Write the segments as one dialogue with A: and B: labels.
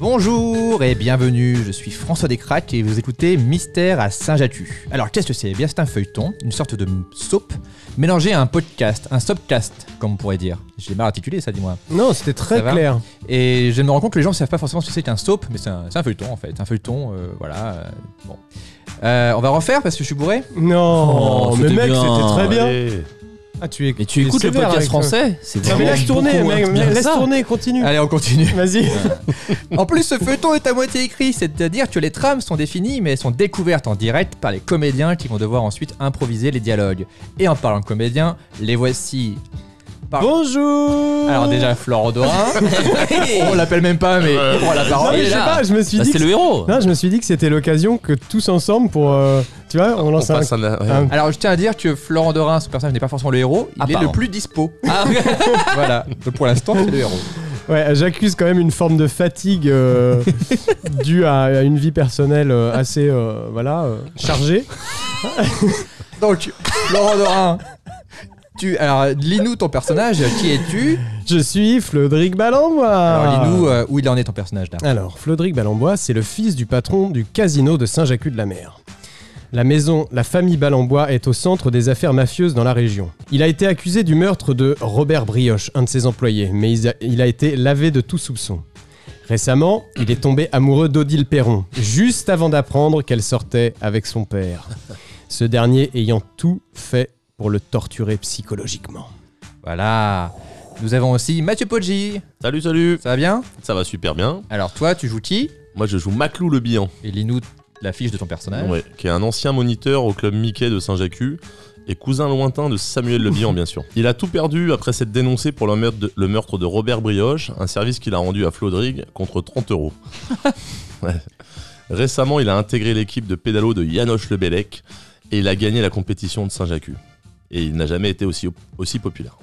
A: Bonjour et bienvenue, je suis François Descraques et vous écoutez Mystère à Saint-Jatu. Alors qu'est-ce que c'est Eh bien c'est un feuilleton, une sorte de soap, mélangé à un podcast, un soapcast comme on pourrait dire. J'ai mal articulé ça dis-moi.
B: Non, c'était très
A: Ça va
B: clair.
A: Et je me rends compte que les gens ne savent pas forcément ce que c'est qu'un soap, mais c'est un, c'est un feuilleton en fait. Un feuilleton, euh, voilà. euh, bon. Euh, on va refaire parce que je suis bourré.
B: Non,
C: Oh,
B: mais
C: c'était
B: mec,
C: bien.
B: c'était très bien.
D: Allez.
B: Ah, tu es,
C: Mais tu écoutes le
B: sévère
C: podcast
B: avec- euh,
C: français C'est
B: Non, mais laisse
C: vraiment
B: tourner,
C: beaucoup,
B: mec,
C: hein.
B: laisse
C: Ça.
B: tourner, continue.
A: Allez, on continue.
B: Vas-y.
A: en plus, ce feuilleton est à moitié écrit, c'est-à-dire que les trames sont définies, mais elles sont découvertes en direct par les comédiens qui vont devoir ensuite improviser les dialogues. Et en parlant de comédiens, les voici. Par-
B: Bonjour.
A: Alors déjà, Florent Dorin. on l'appelle même pas, mais on prend la
B: Non,
A: parole.
B: mais
C: il est
B: je sais
C: là.
B: pas, je me suis
D: Ah,
C: Bah,
B: dit.
C: c'est
B: que-
C: le héros
B: Non, je me suis dit que c'était l'occasion que tous ensemble pour. euh, tu vois, on
D: On
B: lance un.
D: passe un- ouais.
B: un-
A: Alors, je tiens à dire que Florent Dorin, son personnage n'est pas forcément le héros, il
C: Ah,
A: est
C: pardon.
A: le plus dispo.
C: Ah, ouais.
A: voilà. Donc, pour l'instant, c'est le héros.
B: Ouais, j'accuse quand même une forme de fatigue euh, due à, à une vie personnelle euh, assez, euh, voilà, euh, chargée.
A: Donc, Laurent Dorin, tu. Alors, lis-nous ton personnage, qui es-tu
B: Je suis Flodric Ballambois.
A: Alors, lis-nous euh, où il en est ton personnage là.
B: Alors, Flodric Ballambois, c'est le fils du patron du casino de Saint-Jacques-de-la-Mer. La maison, la famille Ballambois est au centre des affaires mafieuses dans la région. Il a été accusé du meurtre de Robert Brioche, un de ses employés, mais il a, il a été lavé de tout soupçon. Récemment, il est tombé amoureux d'Odile Perron, juste avant d'apprendre qu'elle sortait avec son père. Ce dernier ayant tout fait pour le torturer psychologiquement.
A: Voilà. Nous avons aussi Mathieu Poggi.
D: Salut, salut.
A: Ça va bien
D: Ça va super bien.
A: Alors, toi, tu joues qui
D: Moi, je joue Maclou le Bihan,
A: Et lis-nous la fiche de ton personnage.
D: ouais, qui est un ancien moniteur au club Mickey de Saint-Jacques et cousin lointain de Samuel Le Bihan, bien sûr. Il a tout perdu après s'être dénoncé pour le meurtre de, le meurtre de Robert Brioche, un service qu'il a rendu à Flodrig contre 30 euros. Ouais. Récemment, il a intégré l'équipe de pédalo de Yanoche Le Bellec et il a gagné la compétition de Saint-Jacques. Et il n'a jamais été aussi, aussi populaire.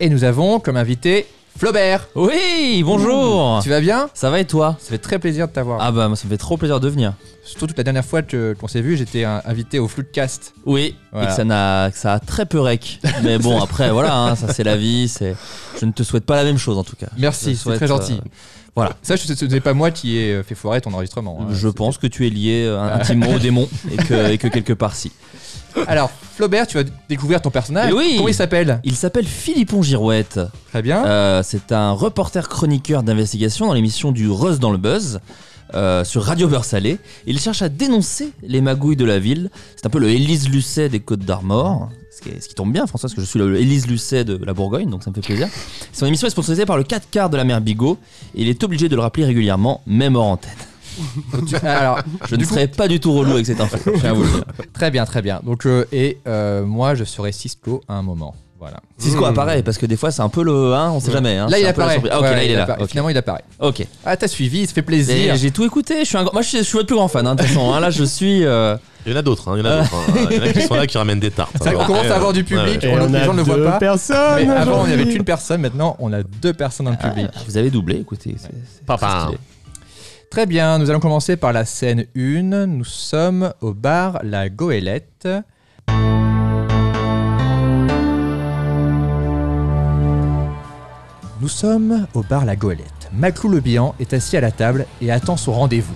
A: Et nous avons comme invité Flaubert.
C: Oui, bonjour
A: Mmh. Tu vas bien
C: Ça va et toi
A: Ça fait très plaisir de t'avoir.
C: Ah bah, moi, ça me fait trop plaisir de venir.
A: Surtout que la dernière fois que- qu'on s'est vu, j'étais euh, invité au Floodcast.
C: Oui,
A: Voilà.
C: et que ça, n'a- que ça a très peu rec. Mais bon, après, voilà, hein, ça c'est la vie. C'est... Je ne te souhaite pas la même chose en tout cas. Je
A: Merci, c'est
C: souhaite,
A: très gentil.
C: euh, voilà.
A: Ça, je- ce n'est pas moi qui ai euh, fait foirer ton enregistrement. hein.
C: je pense que tu es lié euh, intimement au démon et que, et que quelque part si.
A: Alors, Flaubert, tu vas découvrir ton personnage.
C: Eh oui.
A: Comment il s'appelle
C: Il s'appelle Philippon Girouette.
A: Très bien.
C: Euh, c'est un reporter chroniqueur d'investigation dans l'émission du Reuse dans le Buzz. euh, sur Radio Beurre Salé, il cherche à dénoncer les magouilles de la ville. C'est un peu le Élise Lucet des Côtes d'Armor, ce qui, est- ce qui tombe bien, François, parce que je suis le Élise Lucet de la Bourgogne, donc ça me fait plaisir. Son émission est sponsorisée par le 4 quarts de la mer Bigot, et il est obligé de le rappeler régulièrement, même hors antenne.
A: Ah, Tu- Alors,
C: Je
A: Du
C: ne serai pas du tout relou avec cette info. je tiens à vous le dire.
A: très bien, très bien. Donc, euh, et euh, moi, je serai Cisco à un moment. Voilà.
C: Cisco
B: Mmh.
C: apparaît, parce que des fois c'est un peu le. Hein, on sait jamais. hein,
A: là,
C: c'est
A: il
C: un peu la
A: apparaît.
C: surprise. Ah, ok,
A: Ouais,
C: là il est là.
A: apparaît.
C: ok.
A: Finalement, il apparaît.
C: Ok.
A: Ah, t'as suivi, ça fait plaisir.
C: Et J'ai tout écouté. Je suis un grand- Moi, je suis, je suis votre plus grand fan. hein, de toute façon, hein. là, je suis. euh,
D: Il y en a d'autres, hein, il y en a d'autres. hein. Il y en a qui sont là qui ramènent des tartes.
A: Ça,
D: hein.
A: on commence à avoir du
D: Ouais, ouais.
A: public. Et on- les gens ne le voient
B: deux
A: pas.
B: personnes
C: Ah,
A: Mais avant, on y avait
B: aujourd'hui.
A: qu'une personne. Maintenant, on a deux personnes dans le public.
C: Vous avez doublé. Écoutez, c'est- c'est
D: Papa.
C: très stylé.
A: Très bien, nous allons commencer par la scène 1. Nous sommes au bar La Goélette. Nous sommes au bar La Goélette. Maclou le Bihan est assis à la table et attend son rendez-vous.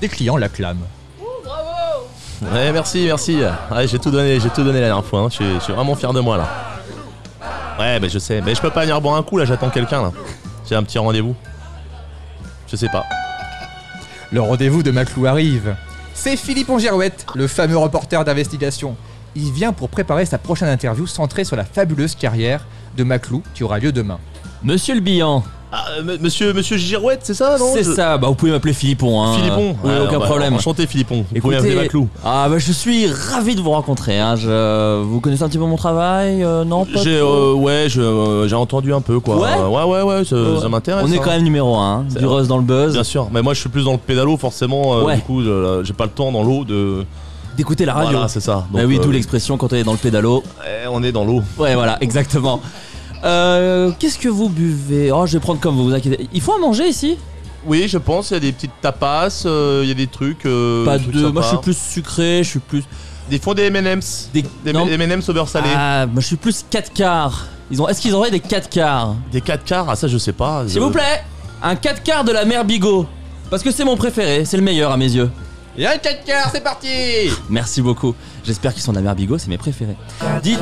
A: Des clients l'acclament.
D: Ouais, merci, merci. Ouais, j'ai tout donné, j'ai tout donné la dernière fois. hein. Je suis- je suis vraiment fier de moi là. Ouais, bah je sais, mais je peux pas venir boire un coup là, j'attends quelqu'un là. J'ai un petit rendez-vous. Je sais pas.
A: Le rendez-vous de Maclou arrive. C'est Philippe Ongirouette, le fameux reporter d'investigation. Il vient pour préparer sa prochaine interview centrée sur la fabuleuse carrière de Maclou qui aura lieu demain.
C: Monsieur le Bihan,
D: Ah, euh, m- monsieur, monsieur Girouette, c'est ça Ah non
C: c'est
D: Je-
C: ça. Bah, vous pouvez m'appeler Philippon. Hein.
D: Philippon.
C: Ouais,
D: Ouais,
C: aucun
D: bah,
C: problème.
D: Enchanté Philippon. Vous pouvez
C: Écoutez-
D: appeler Maclou.
C: Ah bah je suis ravi de vous rencontrer. hein. Je- vous connaissez un petit peu mon travail, euh, non pas
D: J'ai
C: trop
D: euh, ouais, je, euh, j'ai entendu un peu quoi.
C: Ouais
D: Euh, ouais, ouais, ouais, ça,
C: Ouais.
D: ça m'intéresse.
C: On est
D: hein.
C: quand même numéro 1
D: C'est
C: du
D: vrai.
C: Rose dans le buzz.
D: Bien sûr, mais moi je suis plus dans le pédalo forcément. euh,
C: Ouais.
D: Du coup, je- j'ai pas le temps dans l'eau de.
C: D'écouter la radio.
D: Voilà, c'est ça.
C: bah
D: Donc,
C: oui,
D: euh,
C: d'où l'expression quand on est dans le pédalo.
D: eh, on est dans l'eau.
C: Ouais, voilà, exactement. Euh, Qu'est-ce que vous buvez Oh, je vais prendre comme vous, vous inquiétez. Il faut à manger ici
D: Oui, je pense, il y a des petites tapas, euh, il y a des trucs. euh,
C: Pas
D: des trucs
C: de. Moi, je suis
D: sympas.
C: plus sucré, je suis plus.
D: Des fonds des MM's.
C: Des-
D: Des
C: non.
D: MM's au beurre salé.
C: Ah, moi, je suis plus 4 quarts. Ils ont. Est-ce qu'ils auraient des 4 quarts
D: Des 4 quarts, ah ça je sais pas.
C: S'il
D: Je-
C: vous plaît Un 4 quarts de la mère Bigot. Parce que c'est mon préféré, c'est le meilleur à mes yeux.
A: Et un 4 quarts, c'est parti
C: Merci beaucoup. J'espère qu'ils sont de la mère Bigot, c'est mes préférés. Dites.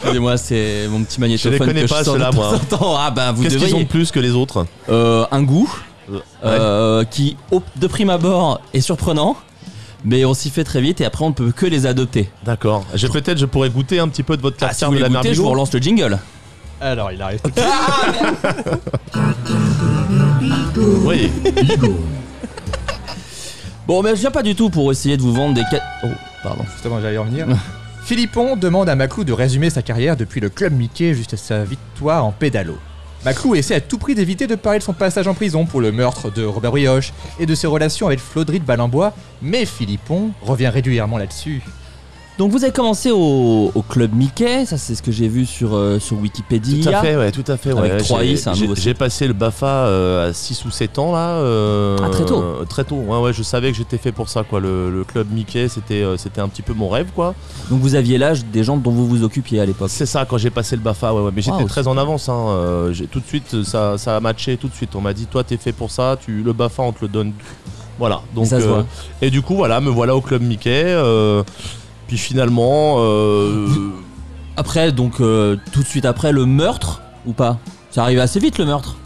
C: Excusez-moi, c'est mon petit
D: Je les
C: magnétophone
D: connais
C: que
D: pas,
C: je sors de
D: ceux-là,
C: temps
D: moi.
C: en temps. Ah bah vous
D: Qu'est-ce qu'ils ont
C: devriez.
D: de plus que les autres
C: Euh, un goût
D: Ouais.
C: euh, qui, au- de prime abord, est surprenant, mais on s'y fait très vite et après on ne peut que les adopter.
D: D'accord. Je- Peut-être je pourrais goûter un petit peu de votre
C: Ah, si
D: quartier
C: vous
D: de la
C: voulez
D: mère
C: goûter, je vous
D: Bigot.
C: relance le jingle.
A: Alors, il arrive.
D: Oui.
C: Bon, mais je viens pas du tout pour essayer de vous vendre des. ca- Oh, pardon.
A: Justement, j'allais y revenir. Philippon demande à Maclou de résumer sa carrière depuis le club Mickey jusqu'à sa victoire en pédalo. Maclou essaie à tout prix d'éviter de parler de son passage en prison pour le meurtre de Robert Brioche et de ses relations avec Flaudry de Balambois, mais Philippon revient régulièrement là-dessus.
C: Donc vous avez commencé au, au club Mickey, ça c'est ce que j'ai vu sur, euh, sur Wikipédia.
D: Tout à fait, ouais, tout à fait.
C: Avec
D: ouais.
C: trois
D: J'ai-
C: i, c'est un
D: j'ai-
C: nouveau
D: J'ai passé le BAFA euh, à 6 ou 7 ans, là. euh,
C: Ah, très tôt.
D: euh, Très tôt, ouais, ouais, je savais que j'étais fait pour ça, quoi. Le, le club Mickey, c'était euh, c'était un petit peu mon rêve, quoi.
C: Donc vous aviez l'âge des gens dont vous vous occupiez à l'époque.
D: C'est ça, quand j'ai passé le BAFA, ouais, ouais. Mais j'étais
C: Waouh.
D: très en avance, hein. euh, j'ai- tout de suite, ça, ça a matché, tout de suite. On m'a dit, toi, t'es fait pour ça, tu, le BAFA, on te le donne. Voilà. Donc, euh,
C: ça se voit.
D: Et du coup, voilà, me voilà au club Mickey. euh, puis finalement. euh,
C: Après, donc euh, tout de suite après, le meurtre ou pas Ça arrive assez vite le meurtre.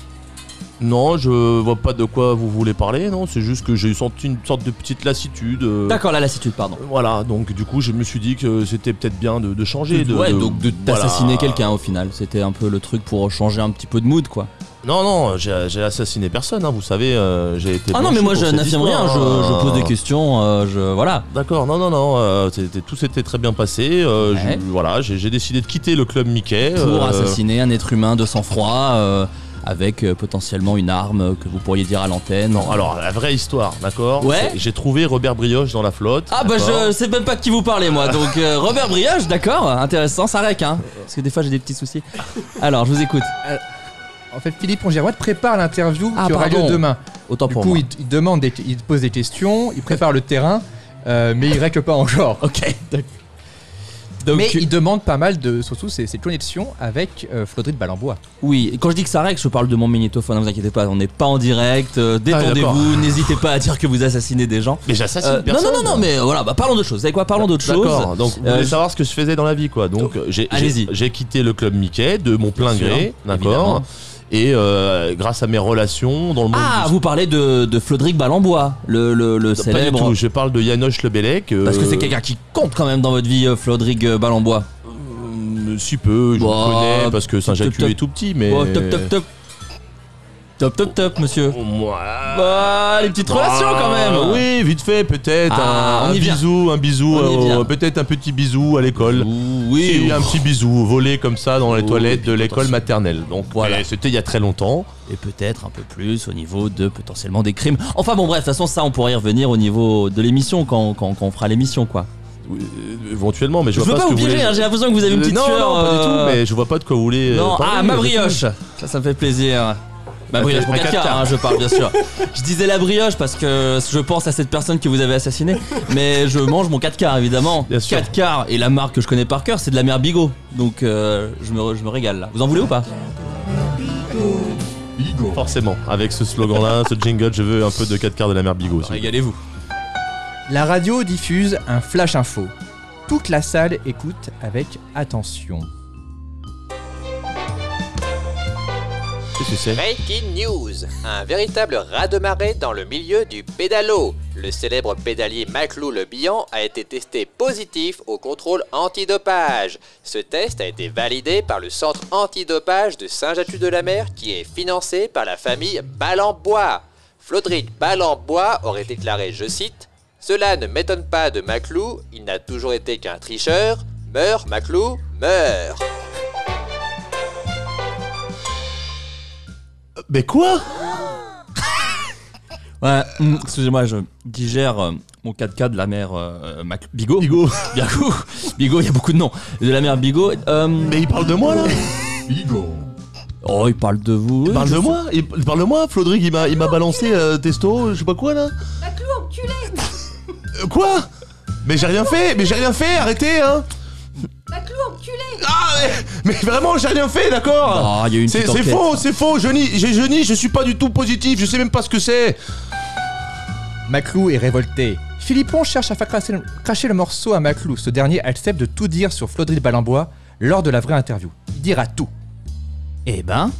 D: Non, je vois pas de quoi vous voulez parler, non, c'est juste que j'ai senti une sorte de petite lassitude. euh,
C: D'accord, la lassitude, pardon.
D: euh, Voilà, donc du coup, je me suis dit que c'était peut-être bien de, de changer. De,
C: ouais,
D: de-
C: donc de
D: voilà.
C: t'assassiner quelqu'un au final. C'était un peu le truc pour changer un petit peu de mood quoi.
D: Non, non, j'ai j'ai assassiné personne, hein, vous savez, euh, j'ai été.
C: Ah non,
D: blanchi
C: mais moi
D: pour
C: je
D: cette
C: n'affirme rien,
D: histoire,
C: je,
D: hein.
C: je pose des questions, euh, je. Voilà.
D: D'accord, non, non, non, euh, c'était- tout s'était très bien passé. euh,
C: Ouais.
D: je- voilà, j'ai j'ai décidé de quitter le club Mickey.
C: Pour
D: euh,
C: assassiner un être humain de sang-froid euh, avec euh, potentiellement une arme que vous pourriez dire à l'antenne.
D: Non, alors la vraie histoire, d'accord
C: Ouais.
D: C'est- J'ai trouvé Robert Brioche dans la flotte.
C: Ah bah
D: d'accord
C: je sais même pas de qui vous parlez moi donc euh, Robert Briage d'accord intéressant ça rec hein parce que des fois j'ai des petits soucis alors je vous écoute
A: En fait, Philippon Girouette prépare l'interview
C: Ah,
A: qui aura
C: pardon.
A: lieu demain.
C: autant
A: Du
C: pour
A: coup,
C: moi
A: il, il demande, des- il pose des questions, il prépare le terrain, euh, mais il règle pas en genre.
C: ok donc euh,
A: mais il demande pas mal de, surtout, ses, ses connexions avec euh, Flaudry de Balambois.
C: oui et quand je dis que ça rec je parle de mon magnétophone ne vous inquiétez pas on n'est pas en direct euh, détendez-vous n'hésitez pas à dire que vous assassinez des gens
D: Mais j'assassine
C: Euh, non
D: personne.
C: non non non mais euh, voilà bah, parlons d'autre chose vous savez quoi parlons d'autre chose
D: D'accord, donc vous
C: Euh,
D: voulez
C: je-
D: savoir ce que je faisais dans la vie, quoi. Donc, euh, j'ai,
C: allez-y.
D: j'ai, j'ai quitté le club Mickey de mon plein
C: Bien sûr,
D: gré,
C: évidemment.
D: d'accord Et euh, grâce à mes relations dans le monde
C: ah
D: du
C: vous parlez de, de Flodric Balambois le, le, le
D: Non, Pas du
C: célèbre
D: tout, je parle de Yanoche Lebelec. euh,
C: parce que c'est quelqu'un qui compte quand même dans votre vie euh, Flodric euh, Balambois
D: euh, Si peu, je le
C: Bah,
D: connais parce que Saint-Jacques
C: top, top.
D: est tout petit, mais.
C: Oh, top top top top top top monsieur
D: Moi-
C: Bah, les petites relations
D: Ah,
C: quand même
D: Oui, vite fait, peut-être.
C: Ah,
D: un
C: on
D: un
C: y vient.
D: bisou, un bisou,
C: On y
D: euh,
C: vient.
D: peut-être un petit bisou à l'école.
C: Oui,
D: Si, un petit bisou volé comme ça dans les
C: Oh, et
D: toilettes
C: puis
D: de l'école
C: attention.
D: maternelle. Donc
C: Voilà.
D: mais c'était il y a très longtemps.
C: Et peut-être un peu plus au niveau de potentiellement des crimes. Enfin bon bref, de toute façon ça on pourrait y revenir au niveau de l'émission quand, quand, quand on fera l'émission quoi.
D: Oui, euh, éventuellement, mais je,
C: Je veux
D: vois
C: pas
D: ce
C: vous
D: que
C: piéger,
D: voulez-
C: hein, j'ai l'impression que vous avez une
D: Euh,
C: petite
D: non,
C: sueur,
D: non, pas du
C: euh,
D: tout, mais je vois pas de quoi vous voulez. euh,
C: Non,
D: parler,
C: ah ma
D: mais-
C: brioche Ça ça me fait plaisir. Ma brioche pour
D: Un
C: 4 quarts,
D: quarts.
C: hein, je parle bien sûr. je disais la brioche parce que je pense à cette personne que vous avez assassinée, mais je mange mon 4 quarts évidemment.
D: Bien sûr.
C: 4 quarts et la marque que je connais par cœur, c'est de la mère Bigot. Donc euh, je, me, je me régale là. Vous en voulez ou pas
D: Forcément, avec ce slogan-là, ce jingle, je veux un peu de 4 quarts de la mer Bigot. s'il vous plaît.
C: Régalez-vous.
A: La radio diffuse un flash info. Toute la salle écoute avec attention.
D: Qu'est-ce que c'est
E: Breaking news Un véritable raz-de-marée dans le milieu du pédalo. Le célèbre pédalier Maclou Le Bihan a été testé positif au contrôle antidopage. Ce test a été validé par le centre antidopage de Saint-Jatu-de-la-Mer qui est financé par la famille Balambois. Flodric Balambois aurait déclaré, je cite, Cela ne m'étonne pas de Maclou, il n'a toujours été qu'un tricheur. Meurs, Maclou, meurs
D: Mais quoi
C: Ouais, hum, excusez-moi, je digère euh, mon 4K de la mère euh, Mac- Bigot. Bigot. Bigot, il y a beaucoup de noms. De la mère Bigot. euh,
D: Mais il parle de moi là
C: Oh, il parle de vous.
D: Il parle de moi Il il parle de moi Flodrig, il m'a il m'a balancé euh, testo, je sais pas quoi là Euh, Quoi Mais j'ai rien fait Mais j'ai rien fait Arrêtez hein
F: Maclou, enculé
D: Ah, mais, mais vraiment, j'ai rien fait, d'accord
C: Ah, il y a eu une
D: C'est
C: petite
D: c'est
C: enquête.
D: faux, c'est faux, je nie, j'ai- je nie, je suis pas du tout positif, je sais même pas ce que c'est.
A: Maclou est révolté. Philippon cherche à faire cracher le, cracher le morceau à Maclou. Ce dernier accepte de tout dire sur Flodry de Balambois lors de la vraie interview. Il dira tout.
C: Eh ben,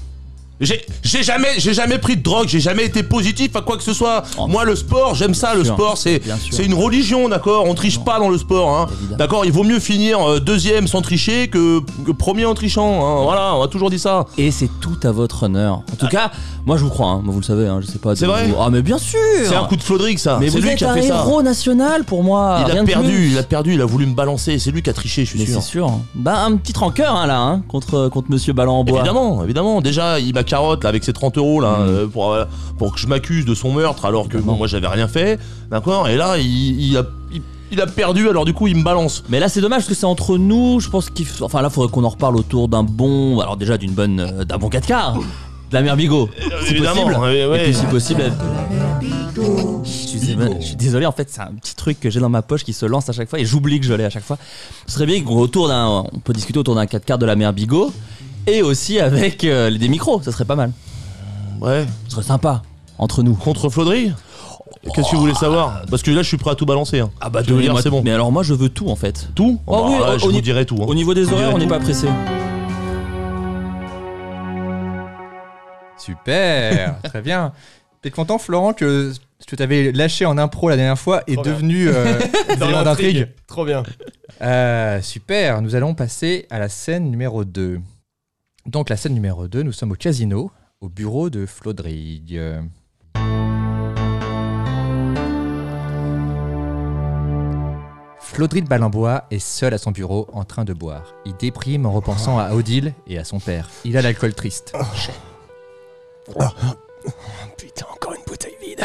D: J'ai j'ai jamais, j'ai jamais pris de drogue, j'ai jamais été positif à quoi que ce soit.
C: Oh.
D: Moi, le sport, j'aime ça, le
C: sûr,
D: sport, c'est
C: bien sûr.
D: c'est une religion, d'accord On triche
C: Non.
D: pas dans le sport, hein.
C: Évidemment.
D: D'accord Il vaut mieux finir euh, deuxième sans tricher que, que premier en trichant, hein. Voilà, on a toujours dit ça.
C: et c'est tout à votre honneur. En tout cas, moi je vous crois, hein. Moi, vous le savez, hein, je sais pas. de-
D: C'est vrai
C: Ah, mais bien sûr
D: C'est un coup de Flodric, ça.
C: Mais
D: C'est
C: vous
D: lui
C: êtes
D: qui a
C: un
D: fait ça.
C: héros national pour moi
D: Il
C: rien
D: a
C: de plus.
D: perdu, il a perdu, il a voulu me balancer, c'est lui qui a triché, je suis
C: Mais
D: sûr.
C: c'est sûr. Bah, un petit rancœur hein, là, hein, contre, contre monsieur Ballon en bois.
D: Évidemment, évidemment. Déjà, il m'a carotte là, avec ses 30 euros là,
C: Mm.
D: euh, pour, euh, pour que je m'accuse de son meurtre alors que bon,
C: Évidemment.
D: moi j'avais rien fait. D'accord Et là, il, il a, il, il a perdu, alors du coup, il me balance.
C: Mais là, c'est dommage parce que c'est entre nous. Je pense qu'il. faut- Enfin, là, faudrait qu'on en reparle autour d'un bon. Alors, déjà, d'une bonne. euh, d'un bon 4 quarts. De la mère Bigot. si
D: Euh, évidemment,
C: possible.
D: ouais, ouais.
C: Et puis, si possible. Je suis, je suis désolé, en fait, c'est un petit truc que j'ai dans ma poche qui se lance à chaque fois et j'oublie que je l'ai à chaque fois. Ce serait bien qu'on autour d'un. On peut discuter autour d'un 4 quarts de la mère Bigot et aussi avec euh, des micros. Ça serait pas mal.
D: Ouais.
C: Ce serait sympa. Entre nous.
D: Contre Flaudry Qu'est-ce que vous voulez savoir Parce que là, je suis prêt à tout balancer. hein.
C: Ah bah,
D: Je veux dire,
C: donnez-moi-
D: c'est bon.
C: Mais alors, moi, je veux tout en fait.
D: Tout
C: Oh
D: Bah,
C: oui,
D: là,
C: au-
D: je
C: au
D: vous
C: ni-
D: dirai tout. hein.
C: Au niveau des
D: Vous
C: horaires,
D: direz
C: on n'est
D: tout.
C: pas pressé.
A: Super Très bien T'es content, Florent, que ce que t'avais lâché en impro la dernière fois est
B: Trop bien.
A: devenu euh, des éléments d'intrigue
B: Trop bien.
A: Euh, super, nous allons passer à la scène numéro 2. Donc la scène numéro 2, nous sommes au casino, au bureau de Flodrig. Flodrig Balambois est seul à son bureau en train de boire. Il déprime en repensant à Odile et à son père. Il a l'alcool triste.
B: Putain, encore une bouteille vide.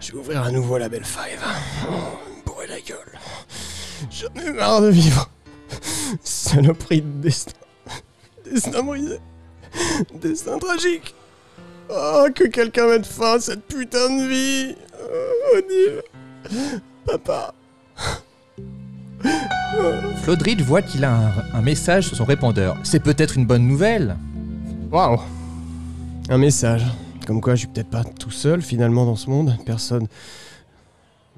B: Je vais ouvrir à nouveau la belle five. Oh, Bourrer la gueule. J'en ai marre de vivre. Saloperie de destin. Destin brisé. Destin tragique. Oh, que quelqu'un mette fin à cette putain de vie. Oh, Odile. Papa.
A: Flodrig voit qu'il a un, un message sur son répondeur. C'est peut-être une bonne nouvelle
B: Waouh Un message. Comme quoi, je suis peut-être pas tout seul finalement dans ce monde. Personne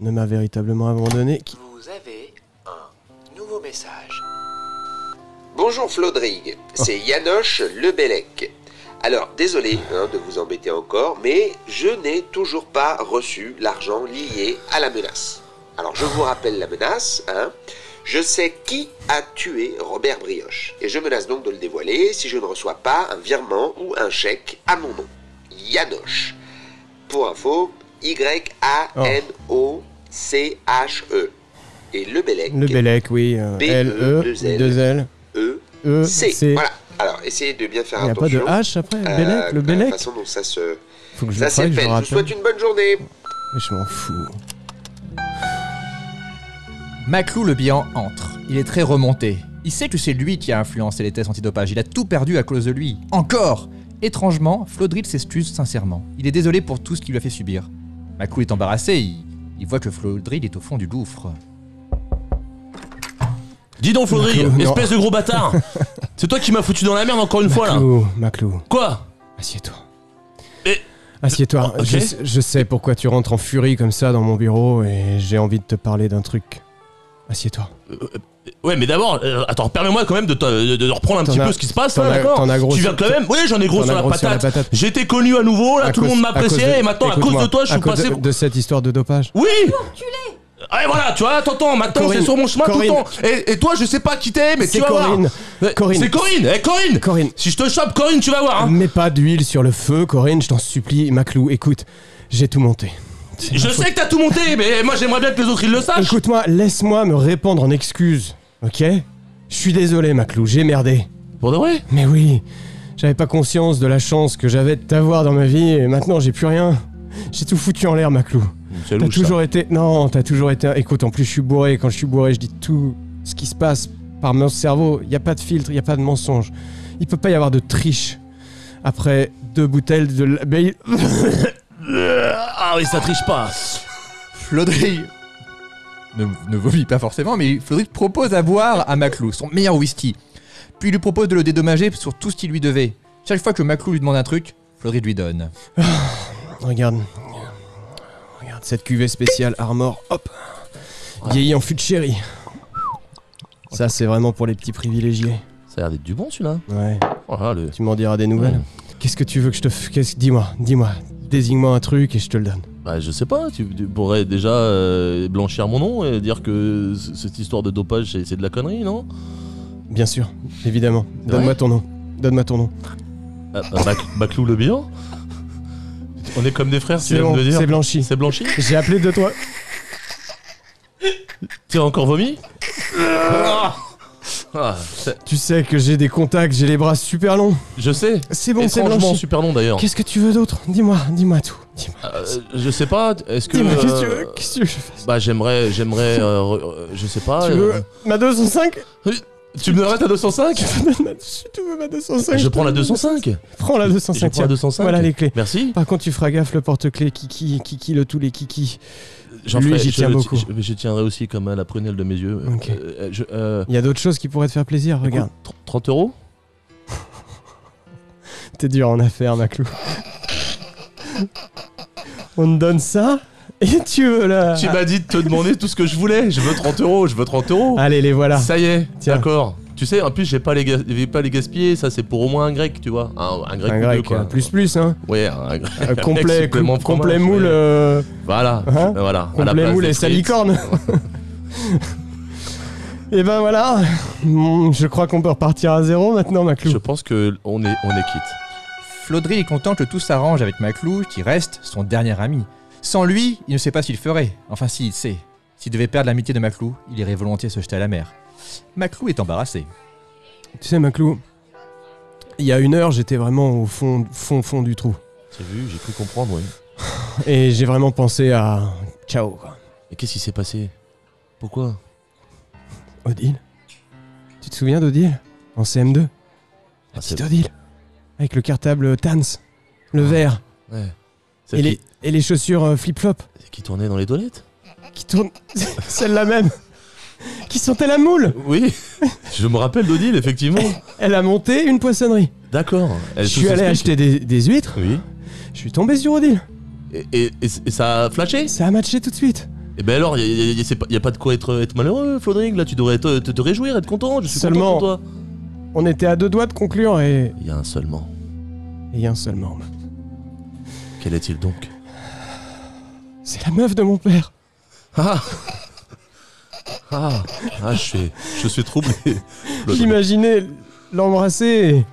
B: ne m'a véritablement abandonné. Qui-
E: Vous avez un nouveau message. Bonjour Flodrig, c'est Yanoche Lebelec. Alors, désolé hein, de vous embêter encore, mais je n'ai toujours pas reçu l'argent lié à la menace. Alors, je vous rappelle la menace. hein. Je sais qui a tué Robert Brioche, et je menace donc de le dévoiler si je ne reçois pas un virement ou un chèque à mon nom. Yanoche. Pour info, Y-A-N-O-C-H-E. Et le Bélec.
B: Le Bélec, oui. euh,
E: B,
B: L,
E: E,
B: E,
E: deux L.
B: 2 L,
E: E,
B: E,
E: C.
B: C.
E: Voilà. Alors, essayez de bien faire
B: Il n'y a pas de
E: attention.
B: H après
E: euh,
B: Bélec, le
E: de la
B: Bélec
E: façon dont ça se.
B: Faut que je
E: ça
B: le fasse, je
E: s'épelle.
B: le
E: Je vous
B: rappelle.
E: souhaite une bonne journée.
B: Mais je m'en fous.
A: Maclou le bihan entre. Il est très remonté. Il sait que c'est lui qui a influencé les tests antidopage. Il a tout perdu à cause de lui. Encore Étrangement, Flodril s'excuse sincèrement. Il est désolé pour tout ce qu'il lui a fait subir. Maclou est embarrassé. Il, il voit que Flodril est au fond du gouffre.
D: Dis donc, Flaudry,
B: Maclou, non.
D: espèce de gros bâtard C'est toi qui m'as foutu dans la merde encore une fois là
B: Maclou, Maclou,
D: Quoi
B: assieds-toi.
D: Mais-
B: Assieds-toi.
D: Ah, Ok.
B: Je, sais- je sais pourquoi tu rentres en furie comme ça dans mon bureau et j'ai envie de te parler d'un truc. Assieds-toi.
D: Ouais, mais d'abord, euh, attends, permets-moi quand même de, te- de- de reprendre un
B: T'en
D: petit
B: as-
D: peu ce qui se passe
B: t'en
D: là,
B: as-
D: d'accord
B: t'en as gros
D: Tu
B: sur-
D: viens quand même Oui, j'en ai
B: t'en
D: gros
B: as
D: sur la,
B: gros sur la
D: patate.
B: patate.
D: J'étais connu à nouveau, là,
B: À
D: tout le
B: cause-
D: monde
B: à cause
D: m'appréciait,
B: de-
D: et maintenant, à cause
B: écoute-moi,
D: de toi, je suis
B: à cause
D: passé.
B: de, de cette histoire de dopage.
D: Oui Ouais, voilà, tu vois, t'entends, maintenant,
B: Corinne,
D: c'est sur mon chemin
B: Corinne.
D: tout le temps. Et, et toi, je sais pas qui t'es, mais
B: C'est
D: tu vas voir.
B: Corinne.
D: Ouais,
B: Corinne.
D: C'est Corinne, eh, Corinne
B: Corinne.
D: Si je te chope, Corinne, tu vas voir. hein.
B: Mets pas d'huile sur le feu, Corinne, je t'en supplie. Maclou, écoute, j'ai tout monté. C'est
D: Je
B: ma faute.
D: sais que t'as tout monté, mais moi, j'aimerais bien que les autres, ils le sachent.
B: Écoute-moi, laisse-moi me répandre en excuses, ok Je suis désolé, Maclou, j'ai merdé.
D: Pour de vrai
B: Mais oui, j'avais pas conscience de la chance que j'avais de t'avoir dans ma vie et maintenant j'ai plus rien. J'ai tout foutu en l'air, Maclou.
D: C'est
B: T'as
D: louche, ça.
B: toujours été. Non, t'as toujours été. Écoute, en plus, je suis bourré. et Quand je suis bourré, je dis tout ce qui se passe par mon cerveau. Y a pas de filtre, y a pas de mensonge. Il peut pas y avoir de triche. Après deux bouteilles de. la- Mais-
D: Euh, Ah oui, ça triche pas.
A: Flodrig ne, ne vomit pas forcément, mais Flodric propose à boire à Maclou, son meilleur whisky. Puis il lui propose de le dédommager sur tout ce qu'il lui devait. Chaque fois que Maclou lui demande un truc, Flodric lui donne.
B: Regarde. Regarde cette cuvée spéciale Armor. Hop. Vieillie en fût de chéri. Ça, c'est vraiment pour les petits privilégiés.
C: Ça a l'air d'être du bon celui-là.
B: Ouais.
D: Oh là, le-
B: Tu m'en diras des nouvelles. Qu'est-ce que tu veux que je te. f- Qu'est-ce... Dis-moi, dis-moi. Désigne-moi un truc et je te le donne.
D: Bah, je sais pas, tu, tu pourrais déjà euh, blanchir mon nom et dire que c- cette histoire de dopage, c'est c'est de la connerie, non
B: Bien sûr, évidemment. Donne-moi ton nom. Donne-moi ton nom.
D: Ah, ah, Mac- Maclou le bilan On est comme des frères, tu
B: C'est
D: viens
B: bon,
D: de le dire.
B: c'est blanchi.
D: C'est blanchi
B: J'ai appelé de toi.
D: T'es encore vomi Ah, c'est-
B: Tu sais que j'ai des contacts, j'ai les bras super longs.
D: Je sais.
B: C'est bon, c'est
D: Étrangement
B: blanchi.
D: super long d'ailleurs.
B: Qu'est-ce que tu veux d'autre Dis-moi, dis-moi tout. Dis-moi,
D: Euh, je sais pas. Est-ce que
B: dis-moi, qu'est-ce que tu
D: euh,
B: veux Qu'est-ce que tu veux que je fasse
D: Bah j'aimerais, j'aimerais, euh, re- euh, je sais pas.
B: Tu
D: euh,
B: veux ma 205
D: Tu me l'arrêtes à 205
B: Tu veux ma- tu veux ma 205
D: Je prends la
B: te donne
D: 205.
B: Prends la 205.
D: Je prends la
B: tiens.
D: 205.
B: Voilà les clés.
D: Merci.
B: Par contre, tu feras gaffe le porte-clés, Kiki, Kiki, le tout, les Kiki.
D: J'en
B: Lui,
D: ferai-
B: j'y
D: je
B: tiens
D: le
B: beaucoup.
D: ti- Je, je tiendrai aussi comme à la prunelle de mes yeux.
B: Ok.
D: Euh, je- euh,
B: Il y a d'autres choses qui pourraient te faire plaisir, regarde.
D: écoute, tr- 30 euros
B: T'es dur en affaires, Maclou. On te donne ça et tu veux là.
D: Tu m'as dit de te demander tout ce que je voulais. Je veux 30 euros, je veux 30 euros.
B: Allez, les Ah, voilà.
D: Ça y est,
B: Tiens.
D: d'accord. Tu sais, en plus, j'ai pas les, ga- j'ai pas les gaspiller. Ça, c'est pour au moins un grec, tu vois. Un, un grec,
B: Un
D: ou deux,
B: grec,
D: quoi.
B: euh, plus plus, hein.
D: Ouais, un grec.
B: Euh, complet,
D: supplément
B: com- complet
D: fromage,
B: moule,
D: ouais.
B: euh,
D: Voilà. Ben
B: Hein
D: voilà. à la
B: complet
D: place
B: moule
D: des
B: et
D: frites.
B: salicorne. et ben voilà. Mm, Je crois qu'on peut repartir à zéro maintenant, Maclou.
D: Je pense que on est, on est quitte.
A: Flodry est content que tout s'arrange avec Maclou, qui reste son dernier ami. Sans lui, il ne sait pas s'il ferait. Enfin, si, il sait. S'il devait perdre l'amitié de Maclou, il irait volontiers se jeter à la mer. Maclou est embarrassé.
B: Tu sais, Maclou, il y a une heure, j'étais vraiment au fond, fond, fond du trou.
D: J'ai vu, j'ai cru comprendre, oui.
B: Et j'ai vraiment pensé à. Ciao, quoi.
D: Et qu'est-ce qui s'est passé Pourquoi
B: Odile Tu te souviens d'Odile En CM2
D: Ah,
B: C'est
D: c'est-
B: Odile Avec le cartable Tans, le
D: Ah.
B: verre,
D: ouais. Celle
B: et les,
D: qui,
B: et les chaussures euh, flip-flop
D: qui tournait dans les toilettes
B: qui tournent. Celle-là même Qui sentait la moule
D: Oui, je me rappelle d'Odile, effectivement.
B: Elle a monté une poissonnerie.
D: D'accord.
B: Je suis allé acheter des, des huîtres,
D: Oui.
B: je suis tombé sur Odile.
D: Et, et- et- et ça a flashé
B: Ça a matché tout de suite.
D: Et ben alors, il n'y a, pas de quoi être, être malheureux, Flodrig. Là, tu devrais te, te- te réjouir, être content. Je suis
B: Seulement-
D: content pour toi.
B: On était à deux doigts de conclure et.
D: Il y a un seulement.
B: Et il y a un seul membre.
D: Quel est-il donc
B: C'est la meuf de mon père.
D: Ah Ah, ah je, suis, je suis troublé. Flodrig.
B: J'imaginais l'embrasser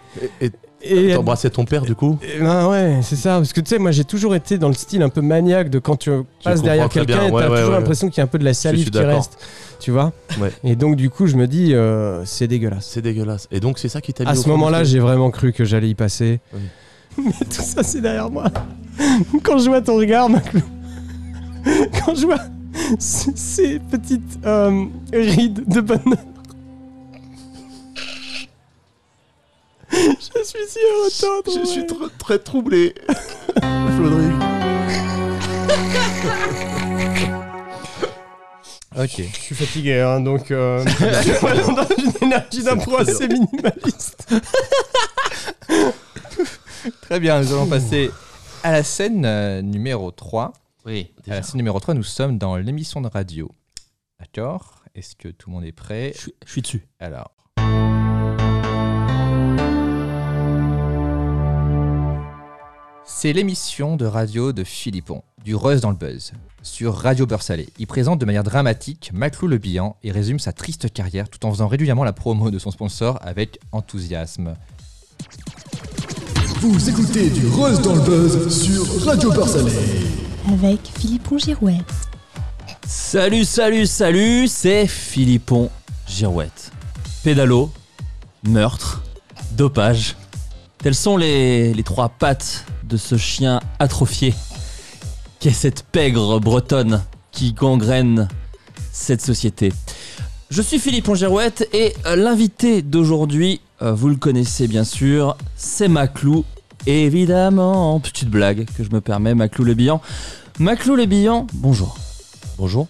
B: et.
D: Et- et
B: et-
D: T'embrassais ton père, du coup
B: Eh ben ouais, c'est ça. Parce que tu sais, moi j'ai toujours été dans le style un peu maniaque de quand tu passes
D: comprends
B: derrière
D: très
B: quelqu'un,
D: bien,
B: et
D: ouais,
B: t'as
D: ouais,
B: toujours
D: ouais.
B: l'impression qu'il y a un peu de la salive qui
D: d'accord.
B: reste. Tu vois
D: Ouais.
B: Et donc du coup, je me dis, euh, c'est dégueulasse.
D: C'est dégueulasse. Et donc, c'est ça qui t'a mis
B: À
D: au
B: ce
D: fond du
B: moment-là,
D: trou
B: j'ai vraiment cru que j'allais y passer.
D: Oui.
B: Mais tout ça, c'est derrière moi. Quand je vois ton regard, Maclou, quand je vois c- ces petites euh, rides de bonheur, je suis si heureux.
D: Je suis tr- très troublé. Flodrig.
A: Ok.
B: Je suis fatigué, hein, donc euh, je suis vraiment dans une énergie d'impro
D: très
B: assez minimaliste.
A: Très bien, nous allons passer à la scène euh, numéro 3.
C: Oui.
A: À la scène numéro 3, nous sommes dans l'émission de radio. D'accord Est-ce que tout le monde est prêt
C: Je suis- je suis dessus.
A: Alors. C'est l'émission de radio de Philippon, du Reuse dans le Buzz, sur Radio Beurre Salé. Il présente de manière dramatique Maclou Le Bihan et résume sa triste carrière tout en faisant régulièrement la promo de son sponsor avec enthousiasme.
F: Vous écoutez du Reuse dans le Buzz sur Radio Parsalé.
G: avec Philippon Girouet.
C: Salut, salut, salut, c'est Philippon Girouette. Pédalo, meurtre, dopage. Telles sont les, les trois pattes de ce chien atrophié qu'est cette pègre bretonne qui gangrène cette société. Je suis Philippon Girouette et euh, l'invité d'aujourd'hui, euh, vous le connaissez bien sûr, c'est Maclou. Évidemment, petite blague que je me permets, Maclou Le Bihan. Maclou Le Bihan, bonjour. Bonjour.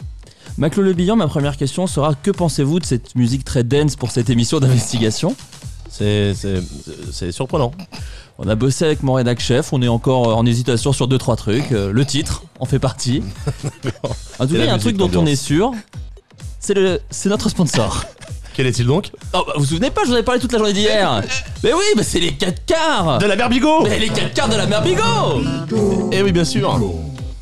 C: Maclo Le Bihan, ma première question sera que pensez-vous de cette musique très dense pour cette émission d'investigation
D: C'est- C'est c'est surprenant.
C: On a bossé avec mon rédac chef, on est encore euh, en hésitation sur deux trois trucs. Euh, Le titre en fait partie. en tout
D: Et
C: cas,
D: la
C: il y a un truc
D: musique
C: dont on
D: d'ambiance.
C: est sûr, c'est le, c'est notre sponsor.
D: Quel est-il donc
C: Oh, bah, vous vous souvenez pas, je vous en ai parlé toute la journée d'hier. Mais oui, bah, c'est les 4 quarts.
D: De la mère Bigot
C: Mais les 4 quarts de la mer Bigot
D: Eh oui, bien sûr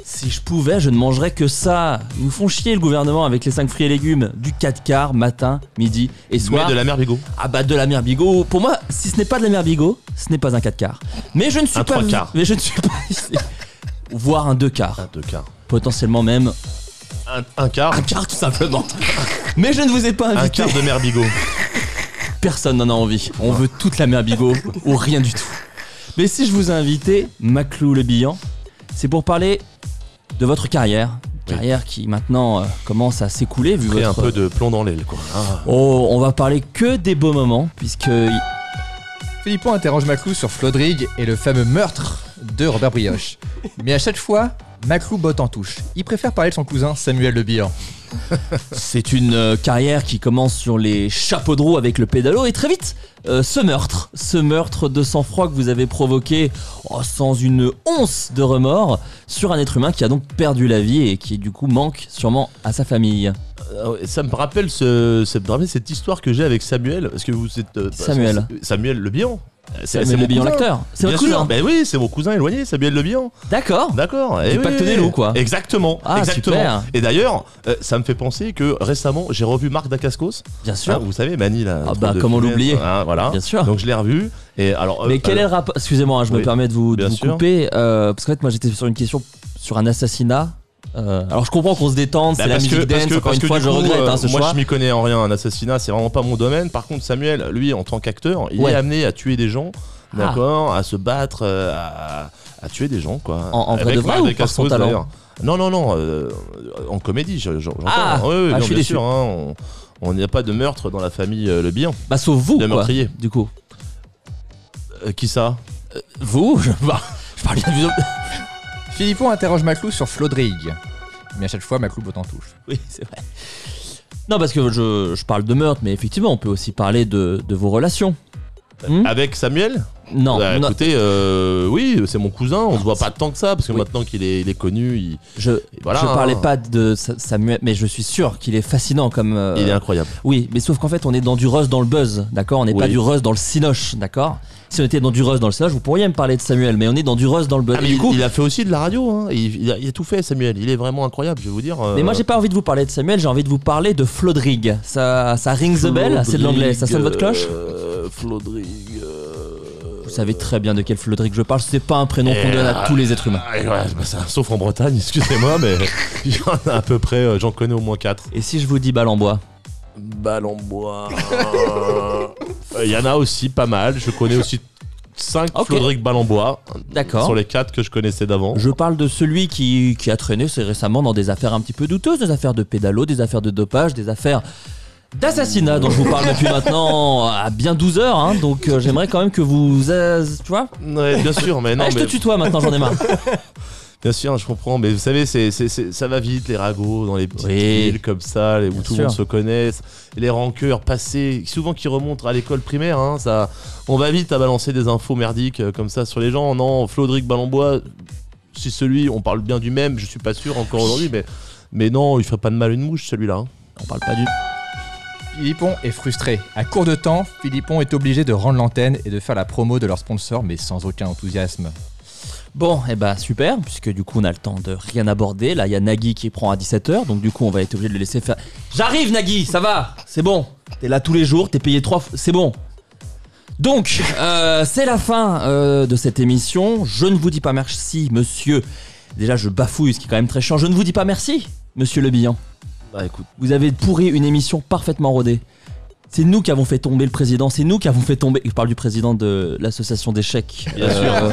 C: Si je pouvais, je ne mangerais que ça. Ils nous font chier le gouvernement avec les 5 fruits et légumes du 4 quarts matin, midi et
D: Mais
C: soir.
D: de la mère Bigot.
C: Ah bah de la mer Bigot. Pour moi, si ce n'est pas de la mer Bigot, ce n'est pas un 4 quarts. Mais je ne suis
D: Un
C: pas.
D: trois quarts.
C: Mais je ne suis pas ici. Voire un 2 quarts.
D: Un, deux quarts.
C: Potentiellement même
D: Un, un quart.
C: un quart tout simplement. Mais je ne vous ai pas
D: Un
C: invité.
D: quart de mère Bigot.
C: Personne n'en a envie. On veut toute la mer Bigot ou rien du tout. Mais si je vous ai invité, Maclou le Bihan, c'est pour parler de votre carrière.
D: Oui.
C: Carrière qui maintenant euh, commence à s'écouler vu
D: Et
C: votre.
D: un peu de plomb dans l'aile, quoi. Ah.
C: Oh, on va parler que des beaux moments puisque
A: Philippon interroge Maclou sur Flodrig et le fameux meurtre de Robert Brioche. Mais à chaque fois, Maclou botte en touche. Il préfère parler de son cousin Samuel Le Bihan.
C: C'est une euh, carrière qui commence sur les chapeaux de roue avec le pédalo et très vite, euh, ce meurtre, ce meurtre de sang-froid que vous avez provoqué oh, sans une once de remords sur un être humain qui a donc perdu la vie et qui du coup manque sûrement à sa famille.
D: Ah ouais, Ça me rappelle ce, ça me rappelle cette histoire que j'ai avec Samuel. Est-ce que vous êtes. euh,
C: Samuel.
D: c'est- Samuel Le Bihan.
C: C'est le
D: mon
C: billon
D: cousin.
C: l'acteur. C'est
D: Bien
C: votre
D: sûr.
C: cousin.
D: Ben oui, c'est mon cousin éloigné, Samuel Le Bihan.
C: D'accord.
D: D'accord. Eh Et
C: Du pacte des loups, quoi.
D: Exactement.
C: Ah,
D: exactement.
C: super.
D: Et d'ailleurs, euh, ça me fait penser que récemment, j'ai revu Marc Dacascos.
C: Bien
D: Hein,
C: sûr.
D: vous savez, Mani, là.
C: Ah
D: troupe
C: bah,
D: de
C: comment
D: funeste,
C: l'oublier
D: hein, Voilà.
C: Bien sûr.
D: Donc je l'ai revu. Et alors, euh,
C: Mais quel est
D: euh,
C: le rapport Excusez-moi, hein, je me
D: oui,
C: permets de vous, de
D: bien
C: vous
D: sûr.
C: couper euh, parce qu'en fait moi j'étais sur une question sur un assassinat. Euh, alors je comprends qu'on se détende,
D: Bah,
C: c'est la
D: parce que-
C: musique
D: parce
C: dance.
D: que-
C: Encore
D: parce
C: une
D: que
C: fois,
D: du
C: je
D: coup,
C: regrette hein,
D: euh,
C: ce
D: Moi,
C: choix.
D: je m'y connais en rien. Un assassinat, c'est vraiment pas mon domaine. Par contre, Samuel, lui, en tant qu'acteur, il
C: Ouais.
D: est amené à tuer des gens.
C: Ah.
D: D'accord À se battre, euh, à, à tuer des gens, quoi.
C: En- en vrai
D: Avec-
C: de vrai
D: avec
C: ou par son
D: Astros,
C: talent
D: d'ailleurs. Non, non, non. euh, en comédie, je- je- j'entends.
C: Ah.
D: Ouais, ouais,
C: Ah,
D: non,
C: je suis
D: bien
C: déçu.
D: sûr. hein, on- on n'y a pas de meurtre dans la famille euh, Le Bihan.
C: Bah sauf vous
D: de
C: quoi.
D: meurtrier.
C: Du coup.
D: Euh, qui ça
C: Vous je, bah, je parle bien du.
A: Philippon interroge Maclou sur Flodrig. Mais à chaque fois, Maclou botte en touche.
C: Oui, c'est vrai. Non, parce que je, je parle de meurtre, mais effectivement, on peut aussi parler de, de vos relations. Hmm
D: Avec Samuel
C: non,
D: Bah,
C: non, Ah,
D: Écoutez, euh, oui, c'est mon cousin. On se voit pas tant que ça parce que
C: Oui.
D: maintenant qu'il est, il est connu, il,
C: je,
D: voilà,
C: je parlais
D: hein.
C: pas de Sa- Samuel, mais je suis sûr qu'il est fascinant comme. euh,
D: il est incroyable.
C: Oui, mais sauf qu'en fait, on est dans du Rust dans le buzz, d'accord On n'est pas
D: Oui.
C: du Rust dans le Cinoche, d'accord Si on était dans du Rust dans le Cinoche, vous pourriez me parler de Samuel, mais on est dans du Rust dans le buzz.
D: Ah, mais
C: Et
D: du
C: il-
D: coup,
C: il
D: il
C: a-
D: a fait aussi de la radio. hein. Il, il a, il a tout fait, Samuel. Il est vraiment incroyable, je vais vous dire. euh,
C: mais moi j'ai pas envie de vous parler de Samuel, j'ai envie de vous parler de Flodrig. Ça, ça ring the bell, c'est de l'anglais, ça sonne votre cloche
D: euh, Flodrig. euh,
C: Vous savez très bien de quel Flodrig je parle, c'est pas un prénom qu'on
D: Eh,
C: donne à tous les êtres humains.
D: ah, ouais, bah, ça, sauf en Bretagne, excusez-moi, mais il y en a à peu près, euh, j'en connais au moins 4.
C: Et si je vous dis balle en bois
D: Balle en bois. Euh, Il y en a aussi pas mal. Je connais aussi 5
C: Ok.
D: Flodrig Balle en bois.
C: D'accord.
D: Sur les 4 que je connaissais d'avant.
C: Je parle de celui qui, qui a traîné c'est récemment dans des affaires un petit peu douteuses, des affaires de pédalo, des affaires de dopage, des affaires d'assassinat dont je vous parle depuis maintenant à bien 12 heures. hein. donc euh, j'aimerais quand même que vous... euh, tu vois
D: Ouais, bien sûr, mais non,
C: Ah, Je
D: mais-
C: te tutoie maintenant, j'en ai marre.
D: bien sûr, je comprends. Mais vous savez, c'est, c'est- c'est- ça va vite, les ragots dans les petites
C: Oui.
D: villes comme ça, les- où
C: Bien
D: tout
C: sûr.
D: le monde se connaît. Les rancœurs passées, souvent qui remontent à l'école primaire. hein, ça, on va vite à balancer des infos merdiques euh, comme ça sur les gens. Non, Flodric Ballambois, c'est celui, on parle bien du même, je suis pas sûr encore aujourd'hui, mais, mais non, il ferait pas de mal à une mouche celui-là. hein.
C: On parle pas du...
A: Philippon est frustré. À court de temps, Philippon est obligé de rendre l'antenne et de faire la promo de leur sponsor, mais sans aucun enthousiasme.
C: Bon, et bah super, puisque du coup on a le temps de rien aborder. Là, il y a Nagui qui prend à 17h, donc du coup on va être obligé de le laisser faire. J'arrive Nagui, ça va, c'est bon. T'es là tous les jours, t'es payé trois fois, c'est bon. Donc, euh, c'est la fin euh, de cette émission. Je ne vous dis pas merci, monsieur. Déjà, je bafouille, ce qui est quand même très chiant. Je ne vous dis pas merci, monsieur Le Bihan.
D: Bah écoute,
C: Vous avez pourri une émission parfaitement rodée. C'est nous qui avons fait tomber le président, c'est nous qui avons fait tomber. Je parle du président de l'association d'échecs.
D: Bien
C: euh,
D: sûr.
C: euh,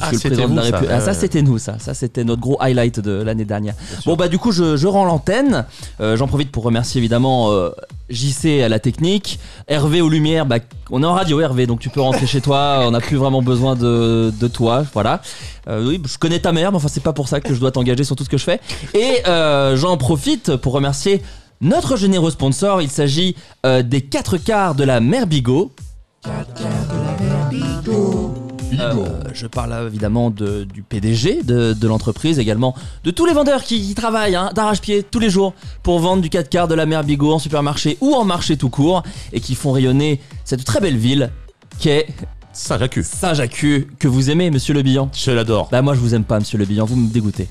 D: Ah,
C: que le
D: c'était
C: président de
D: vous,
C: la
D: ça.
C: République- Ah, ça,
D: Ouais.
C: c'était nous, ça. Ça, c'était notre gros highlight de l'année dernière.
D: sûr.
C: Bon, bah, du coup, je, je rends l'antenne. Euh, J'en profite pour remercier évidemment euh, JC à la technique, Hervé aux lumières. Bah, on est en radio, Hervé, donc tu peux rentrer chez toi. On n'a plus vraiment besoin de, de toi. Voilà. Euh, oui, je connais ta mère, mais enfin, c'est pas pour ça que je dois t'engager sur tout ce que je fais. Et euh, j'en profite pour remercier notre généreux sponsor. Il s'agit euh, des 4 quarts de la mère Bigot. Euh, je parle euh, évidemment de- du PDG de, de l'entreprise, également de tous les vendeurs qui, qui travaillent hein, d'arrache-pied tous les jours pour vendre du 4 quarts de la mer Bigot en supermarché ou en marché tout court et qui font rayonner cette très belle ville qu'est
D: Saint-Jacques.
C: Saint-Jacques que vous aimez, monsieur Le Bihan.
D: Je l'adore.
C: Bah moi je vous aime pas, monsieur Le Bihan, vous me dégoûtez.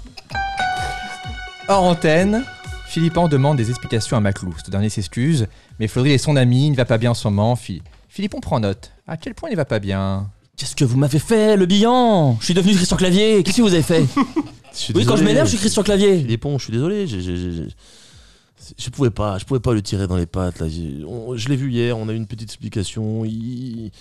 A: Hors antenne, Philippan demande des explications à Maclou. Ce dernier s'excuse, mais Flodry est son ami, il ne va pas bien en ce moment. Phi- Philippon prend note. À quel point il ne va pas bien
C: Qu'est-ce que vous m'avez fait, Le Bihan Je suis devenu Christian Clavier, qu'est-ce que vous avez fait Oui, quand je m'énerve, je suis Christian Clavier.
D: Les ponts, je suis désolé. j'ai- j'ai- j'ai- j'ai- Je pouvais pas, je pouvais pas le tirer dans les pattes. Là. J'ai- on- je l'ai vu hier, on a eu une petite explication. Il,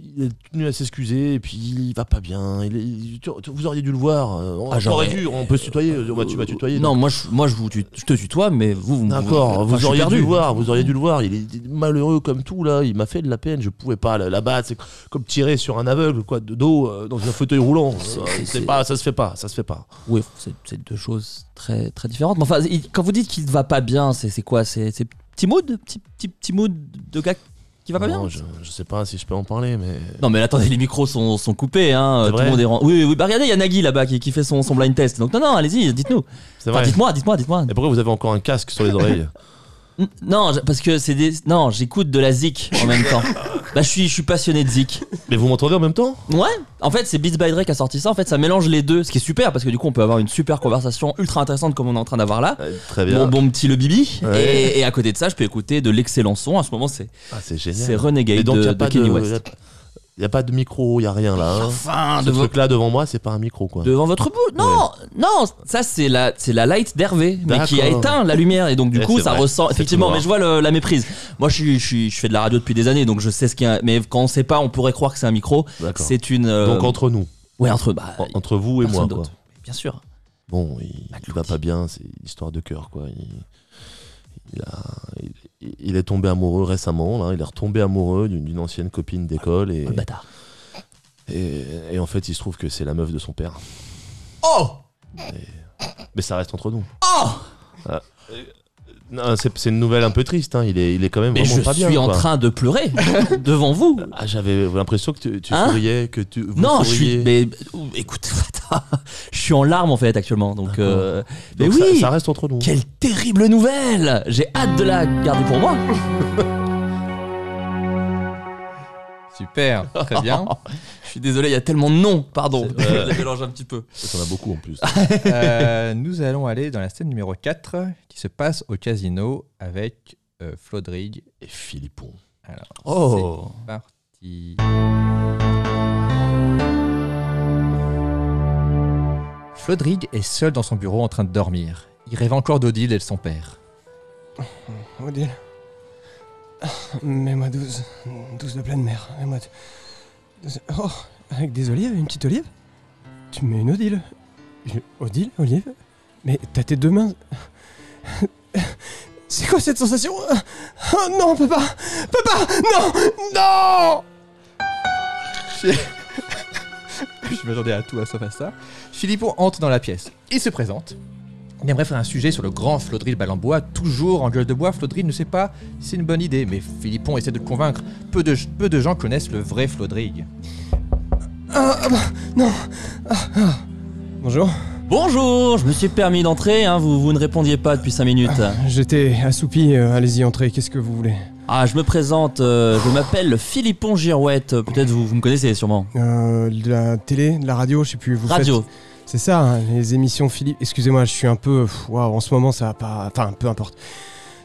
D: il est tenu à s'excuser et puis il va pas bien. Il est- tu- tu- vous auriez dû le voir. euh, On
C: Ah, j'aurais-
D: aurait dû, on peut se tutoyer. euh, bah, tu m'as tutoyé.
C: Non,
D: donc.
C: moi je, moi, je, vous, tu- je te tutoie, mais vous, vous me-
D: D'accord,
C: enfin,
D: vous
C: je suis
D: auriez dû
C: perdu.
D: le voir, vous auriez dû le voir. Il est malheureux comme tout là, il m'a fait de la peine, je pouvais pas la, la battre. C'est comme tirer sur un aveugle, quoi, de dos, euh, dans un fauteuil roulant.
C: C'est-
D: Euh,
C: c'est-
D: C'est
C: c'est-
D: pas, ça se fait pas, ça se fait pas.
C: Oui, c'est- c'est deux choses très, très différentes. Mais enfin, il- quand vous dites qu'il ne va pas bien, c'est c'est quoi C'est c'est petit mood petit, petit, petit mood de gars qui va pas
D: Non,
C: bien
D: je, je sais pas si je peux en parler, mais.
C: Non, mais attendez, les micros sont, sont coupés. Hein.
D: C'est
C: Tout
D: vrai
C: le monde est ren- Oui, oui, oui. Bah, regardez, il y a Nagui là-bas qui, qui fait son, son blind test. Donc, non, non, allez-y, dites-nous.
D: C'est
C: Enfin,
D: vrai.
C: dites-moi, dites-moi, dites-moi.
D: Et pourquoi vous avez encore un casque sur les oreilles
C: N- Non, je- parce que c'est des. Non, j'écoute de la zik en même temps. bah, je suis, je suis passionné de zik.
D: Mais vous m'entendez en même temps
C: Ouais, en fait, c'est Beats by Dre qui a sorti ça. En fait, ça mélange les deux, ce qui est super parce que du coup, on peut avoir une super conversation ultra intéressante comme on est en train d'avoir là.
D: Euh, Très
C: Mon bon petit le bibi.
D: Ouais.
C: Et, et à côté de ça, je peux écouter de l'excellent son. À ce moment, c'est
D: Ah, c'est
C: c'est
D: génial.
C: Renegade
D: Et donc,
C: de,
D: il n'y a,
C: de
D: pas de-
C: Kanye
D: y
C: West.
D: a- y a pas de micro, il n'y a rien là. hein.
C: Enfin,
D: Ce
C: de vo-
D: truc-là devant moi, c'est pas un micro, quoi.
C: devant votre boule. Non, non, ça c'est la, c'est la light d'Hervé, mais qui a
D: D'accord.
C: éteint la lumière et donc du
D: Eh,
C: coup
D: c'est
C: ça
D: vrai.
C: ressent
D: C'est
C: effectivement.
D: tout
C: Mais je vois le- la méprise. Moi, je, suis, je, suis- je fais de la radio depuis des années, donc je sais ce qu'il y a. Mais quand on sait pas, on pourrait croire que c'est un micro.
D: D'accord.
C: C'est une. euh,
D: Donc, entre nous,
C: ouais, entre bah,
D: en- entre vous et moi,
C: personne
D: quoi.
C: d'autre. Bien sûr.
D: Bon, il, il
C: Claudie.
D: va pas bien, c'est une histoire de cœur, quoi. Il, il a- il- il est tombé amoureux récemment, là. Il est retombé amoureux d'une d'une ancienne copine d'école et,
C: Le bâtard.
D: et, et en fait, il se trouve que c'est la meuf de son père.
C: Oh,
D: Mais ça reste entre nous.
C: oh.
D: Non, c'est c'est une nouvelle un peu triste, hein. il, est, il est quand même
C: Mais
D: vraiment
C: je
D: pas
C: suis
D: bien.
C: en
D: quoi.
C: train de pleurer devant vous.
D: Ah, j'avais l'impression que tu, tu
C: Hein
D: souriais, que tu. vous
C: Non, je suis.
D: souriez.
C: Mais euh, écoute, attends, je suis en larmes en fait actuellement. Donc, euh, mais
D: Donc
C: oui.
D: ça, ça reste entre nous. hein.
C: Quelle terrible nouvelle J'ai hâte de la garder pour moi.
A: Super, très bien.
C: Je suis désolé, il y a tellement de noms. Pardon,
D: C'est- ouais.
C: je les mélange un petit peu.
D: Ça en a beaucoup en plus.
C: Ah.
A: Euh, nous allons aller dans la scène numéro 4 qui se passe au casino avec euh, Flodrig.
D: Et Philippon.
A: Alors,
C: Oh.
A: c'est parti. Flodrig est seul dans son bureau en train de dormir. Il rêve encore d'Odile et de son père.
B: Odile. Mets-moi 12. 12 de pleine mer. Mets-moi. de- 12. Oh, avec des olives, une petite olive Tu mets une Odile. Une Odile, olive Mais t'as tes deux mains. C'est quoi cette sensation Oh non, papa Papa Non Non
A: Je m'attendais à tout à sauf à ça. Philippon entre dans la pièce. Il se présente. Il aimerait faire un sujet sur le grand Flodril Balambois, toujours en gueule de bois. Flodril ne sait pas si c'est une bonne idée, mais Philippon essaie de le convaincre. Peu de, peu de gens connaissent le vrai Flodrig.
B: Ah, ah bah, non Ah, ah. Bonjour.
C: Bonjour, je me suis permis d'entrer, hein, vous, vous ne répondiez pas depuis 5 minutes.
B: J'étais assoupi. euh, Allez-y, entrez. Qu'est-ce que vous voulez
C: Ah, je me présente, euh, je m'appelle Philippon Girouette, euh, peut-être vous, vous me connaissez sûrement.
B: Euh, de la télé, de la radio, je sais plus. Vous
C: Radio,
B: faites- C'est ça, hein, les émissions Philippe. Excusez-moi, je suis un peu. pff, Waouh, en ce moment, ça va pas. Enfin, peu importe.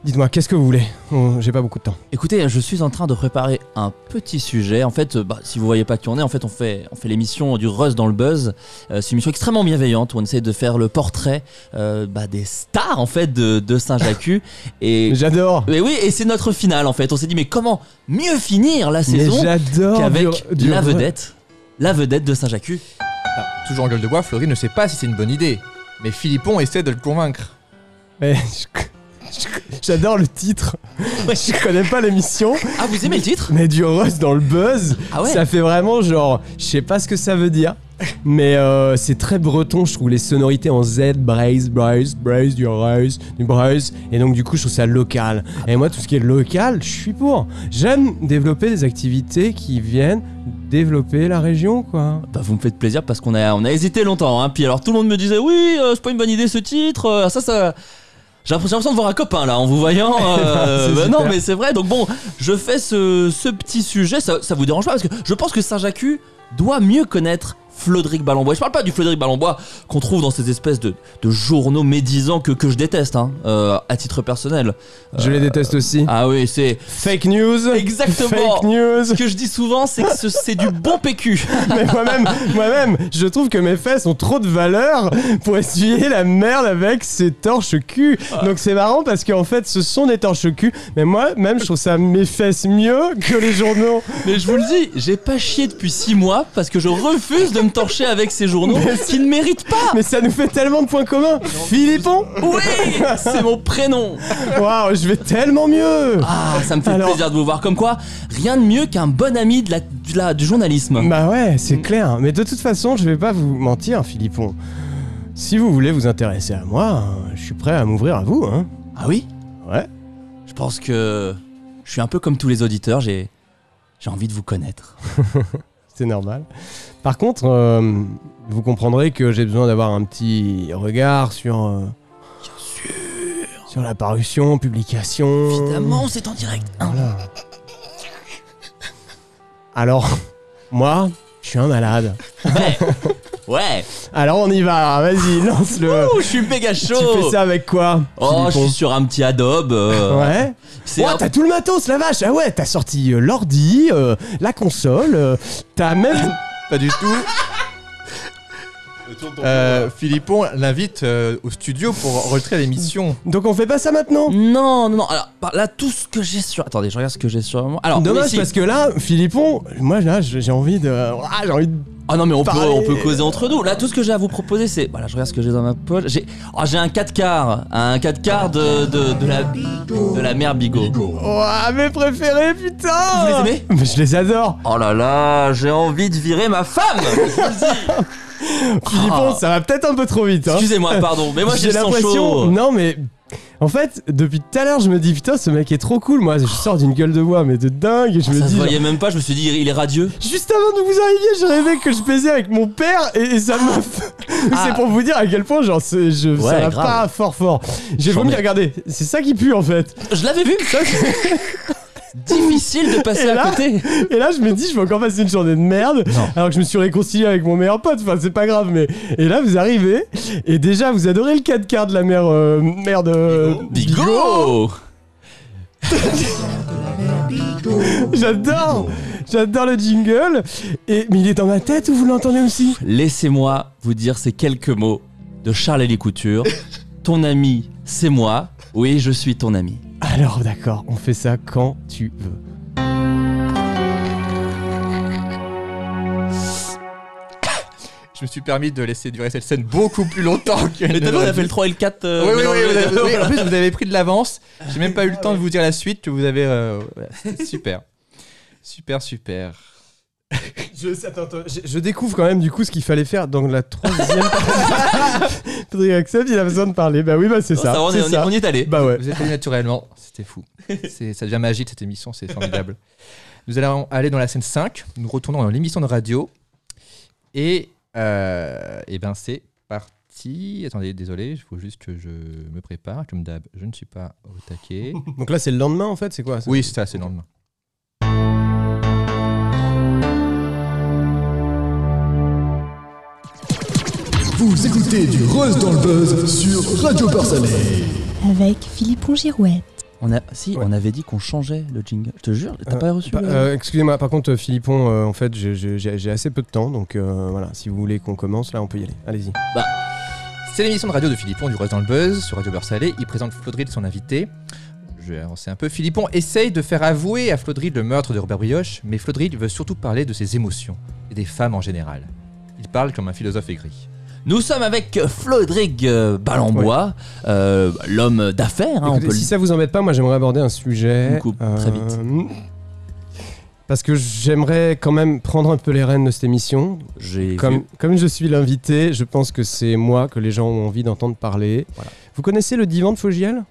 B: Dites-moi, qu'est-ce que vous voulez Oh, J'ai pas beaucoup de temps.
C: Écoutez, hein, je suis en train de préparer un petit sujet. En fait, euh, bah, si vous voyez pas qui on est, en fait, on fait, on fait l'émission du Rust dans le Buzz. Euh, c'est une émission extrêmement bienveillante où on essaie de faire le portrait euh, bah, des stars en fait de, de Saint-Jacques. et
B: J'adore
C: mais oui, et c'est notre finale en fait. On s'est dit mais comment mieux finir la
B: Mais
C: saison
B: j'adore
C: qu'avec
B: du- du-
C: la vedette, la vedette de Saint-Jacques.
A: Toujours en gueule de bois, Fleury ne sait pas si c'est une bonne idée. Mais Philippon essaie de le convaincre.
B: Mais je- je- J'adore le titre. Je connais pas l'émission,
C: Ah, vous aimez le titre
B: mais du Rust dans le buzz,
C: Ah ouais.
B: ça fait vraiment genre, je sais pas ce que ça veut dire, mais euh, c'est très breton, je trouve les sonorités en Z, braise, braise, braise, du Rust, du braise, et donc du coup je trouve ça local. Et moi tout ce qui est local, je suis pour. J'aime développer des activités qui viennent développer la région, quoi.
C: Bah vous me faites plaisir parce qu'on a, on a hésité longtemps. Hein. Puis alors tout le monde me disait oui, euh, c'est pas une bonne idée ce titre. euh, ça, ça. J'ai l'impression j'ai l'impression de voir un copain là en vous voyant. euh,
B: C'est
C: bah non
B: super.
C: mais c'est vrai. Donc bon, je fais ce, ce petit sujet. Ça, ça vous dérange pas parce que je pense que Saint-Jacques doit mieux connaître. Flodric Ballambois. Je parle pas du Flodric Ballambois qu'on trouve dans ces espèces de, de journaux médisants que, que je déteste, hein, euh, à titre personnel.
B: Je les déteste aussi.
C: Ah oui, c'est.
B: Euh, Fake news
C: Exactement.
B: Fake news
C: Ce que je dis souvent, c'est que ce- c'est du bon PQ.
B: Mais moi-même, moi-même, je trouve que mes fesses ont trop de valeur pour essuyer la merde avec ces torches cul. Donc c'est marrant parce qu'en fait, ce sont des torches cul. Mais moi-même, je trouve ça mes fesses mieux que les journaux.
C: Mais je vous le dis, j'ai pas chié depuis 6 mois parce que je refuse de me torcher avec ces journaux qui ne méritent pas.
B: Mais ça nous fait tellement de points communs. Philippon
C: Oui, c'est mon prénom.
B: Waouh, je vais tellement mieux.
C: Ah, ça me fait
B: Alors-
C: plaisir de vous voir. Comme quoi, rien de mieux qu'un bon ami de la, de la- du journalisme.
B: Bah ouais, c'est clair. Mais de toute façon, je vais pas vous mentir, Philippon. Si vous voulez vous intéresser à moi, hein, je suis prêt à m'ouvrir à vous. Hein.
C: Ah oui
B: Ouais.
C: Je pense que je suis un peu comme tous les auditeurs, j'ai j'ai envie de vous connaître.
B: C'est normal. Par contre, euh, vous comprendrez que j'ai besoin d'avoir un petit regard sur. euh, Sur la parution, publication.
C: Évidemment, c'est en direct.
B: Voilà. Alors, moi, je suis un malade.
C: Ouais. Ouais.
B: Alors on y va, vas-y, lance-le.
C: Ouh, je suis méga
B: Tu fais
C: chaud.
B: ça avec quoi
C: Oh, je
B: Philippon
C: suis sur un petit Adobe. euh,
B: Ouais.
C: C'est
B: Ouais,
C: un-
B: t'as tout le matos, la vache. Ah ouais, t'as sorti euh, l'ordi, euh, la console, euh, t'as même.
A: Pas du tout. Euh, Philippon l'invite euh, au studio pour enregistrer l'émission.
B: Donc on fait pas ça maintenant.
C: Non, non, non. Alors par- là, tout ce que j'ai sur. Attendez, je regarde ce que j'ai sur Ah, moi. Alors,
B: Dommage
C: oui, si.
B: parce que là, Philippon, moi là, je- j'ai envie de, ah, j'ai envie de-
C: Ah non, mais on peut,
B: Parlez.
C: on peut causer entre nous. Là, tout ce que j'ai à vous proposer, c'est. Voilà, je regarde ce que j'ai dans ma poche. J'ai oh, j'ai un 4 quarts. Un 4 quarts de, de, de la. De la mère Bigot.
B: Ouah, oh, mes préférés, putain.
C: Vous les aimez
B: Mais je les adore.
C: Oh là là, j'ai envie de virer ma femme Je vous le dis.
B: Philippon, ça va peut-être un peu trop vite. hein.
C: Ah. Excusez-moi, pardon, mais moi j'ai le sang chaud.
B: Non, mais en fait, depuis tout à l'heure, je me dis putain, ce mec est trop cool. Moi, je sors d'une gueule de bois, mais de dingue. Et je me
C: Ah, Ça se
B: dis, genre,
C: voyait même pas, je me suis dit, il est radieux.
B: juste avant de vous arriver, je rêvais que je plaisais avec mon père et, et sa meuf.
C: Ah.
B: C'est pour vous dire à quel point, genre, c'est- je,
C: Ouais,
B: ça va
C: grave.
B: pas fort fort. J'ai
C: J'en
B: vomi.
C: ai-
B: Regardez, c'est ça qui pue en fait.
C: Je l'avais vu Difficile de passer
B: Et
C: à
B: là
C: côté
B: Et là, je me dis, je vais encore passer une journée de merde.
C: Non.
B: Alors que je me suis réconcilié avec mon meilleur pote. Enfin, c'est pas grave, mais. Et là, vous arrivez. Et déjà, vous adorez le 4 quarts de la mère. euh, mère de.
C: Bigot
B: J'adore J'adore le jingle. Et... Mais il est dans ma tête ou vous l'entendez aussi
C: Laissez-moi vous dire ces quelques mots de Charles-Élie Couture. ton ami, c'est moi. Oui, je suis ton ami.
B: Alors, d'accord, on fait ça quand tu veux.
A: Je me suis permis de laisser durer cette scène beaucoup plus longtemps que.
C: Mais t'as vu, on a fait le 3 et le 4. euh,
A: Oui, oui, oui,
C: mélangés.
A: vous avez- oui, en plus vous avez pris de l'avance. J'ai même pas eu le
C: Ah
A: temps de vous dire la suite que vous avez. euh, voilà, c'était super, super, super.
B: Je, attends, attends, je, je découvre quand même du coup ce qu'il fallait faire dans la troisième partie. Faudrait que accepte, il a besoin de parler. Bah oui, bah c'est
C: Non, ça,
B: ça.
C: on,
B: c'est
C: est, on est-
B: ça.
C: on y est allé.
B: Bah ouais.
A: Vous êtes allés naturellement, c'était fou. C'est- Ça devient magique cette émission, c'est formidable. Nous allons aller dans la scène 5, nous retournons dans l'émission de radio. Et, euh, eh ben c'est parti. Attendez, désolé, il faut juste que je me prépare. Comme d'hab, je ne suis pas au taquet.
B: Donc là, c'est le lendemain en fait, c'est quoi ça
A: Oui, c'est ça, c'est le lendemain.
F: Vous écoutez du Rust dans le buzz sur Radio Parsalé.
G: avec Philippon Girouette.
C: On a, si,
B: Ouais.
C: on avait dit qu'on changeait le jingle. Je te jure, t'as
B: Euh,
C: pas reçu.
B: Bah,
C: le-
B: euh, Excusez-moi, par contre, Philippon, euh, en fait, j'ai- j'ai j'ai- j'ai assez peu de temps, donc euh, voilà, si vous voulez qu'on commence, là, on peut y aller. Allez-y.
A: C'est l'émission de radio de Philippon du Rose dans le Buzz sur Radio Beurre Salé. Il présente Flodril, son invité. Je vais avancer un peu. Philippon essaye de faire avouer à Flodril le meurtre de Robert Brioche, mais Flodril veut surtout parler de ses émotions et des femmes en général. Il parle comme un philosophe aigri.
C: Nous sommes avec Flodrig euh, Ballambois, euh, l'homme d'affaires. hein, on
B: Écoutez,
C: peut le-
B: si ça vous embête pas, moi j'aimerais aborder un sujet. euh,
C: Une coupe, très vite.
B: Parce que j'aimerais quand même prendre un peu les rênes de cette émission.
C: J'ai
B: Comme,
C: vu-
B: comme je suis l'invité, je pense que c'est moi que les gens ont envie d'entendre parler. Vous connaissez le divan de Fogiel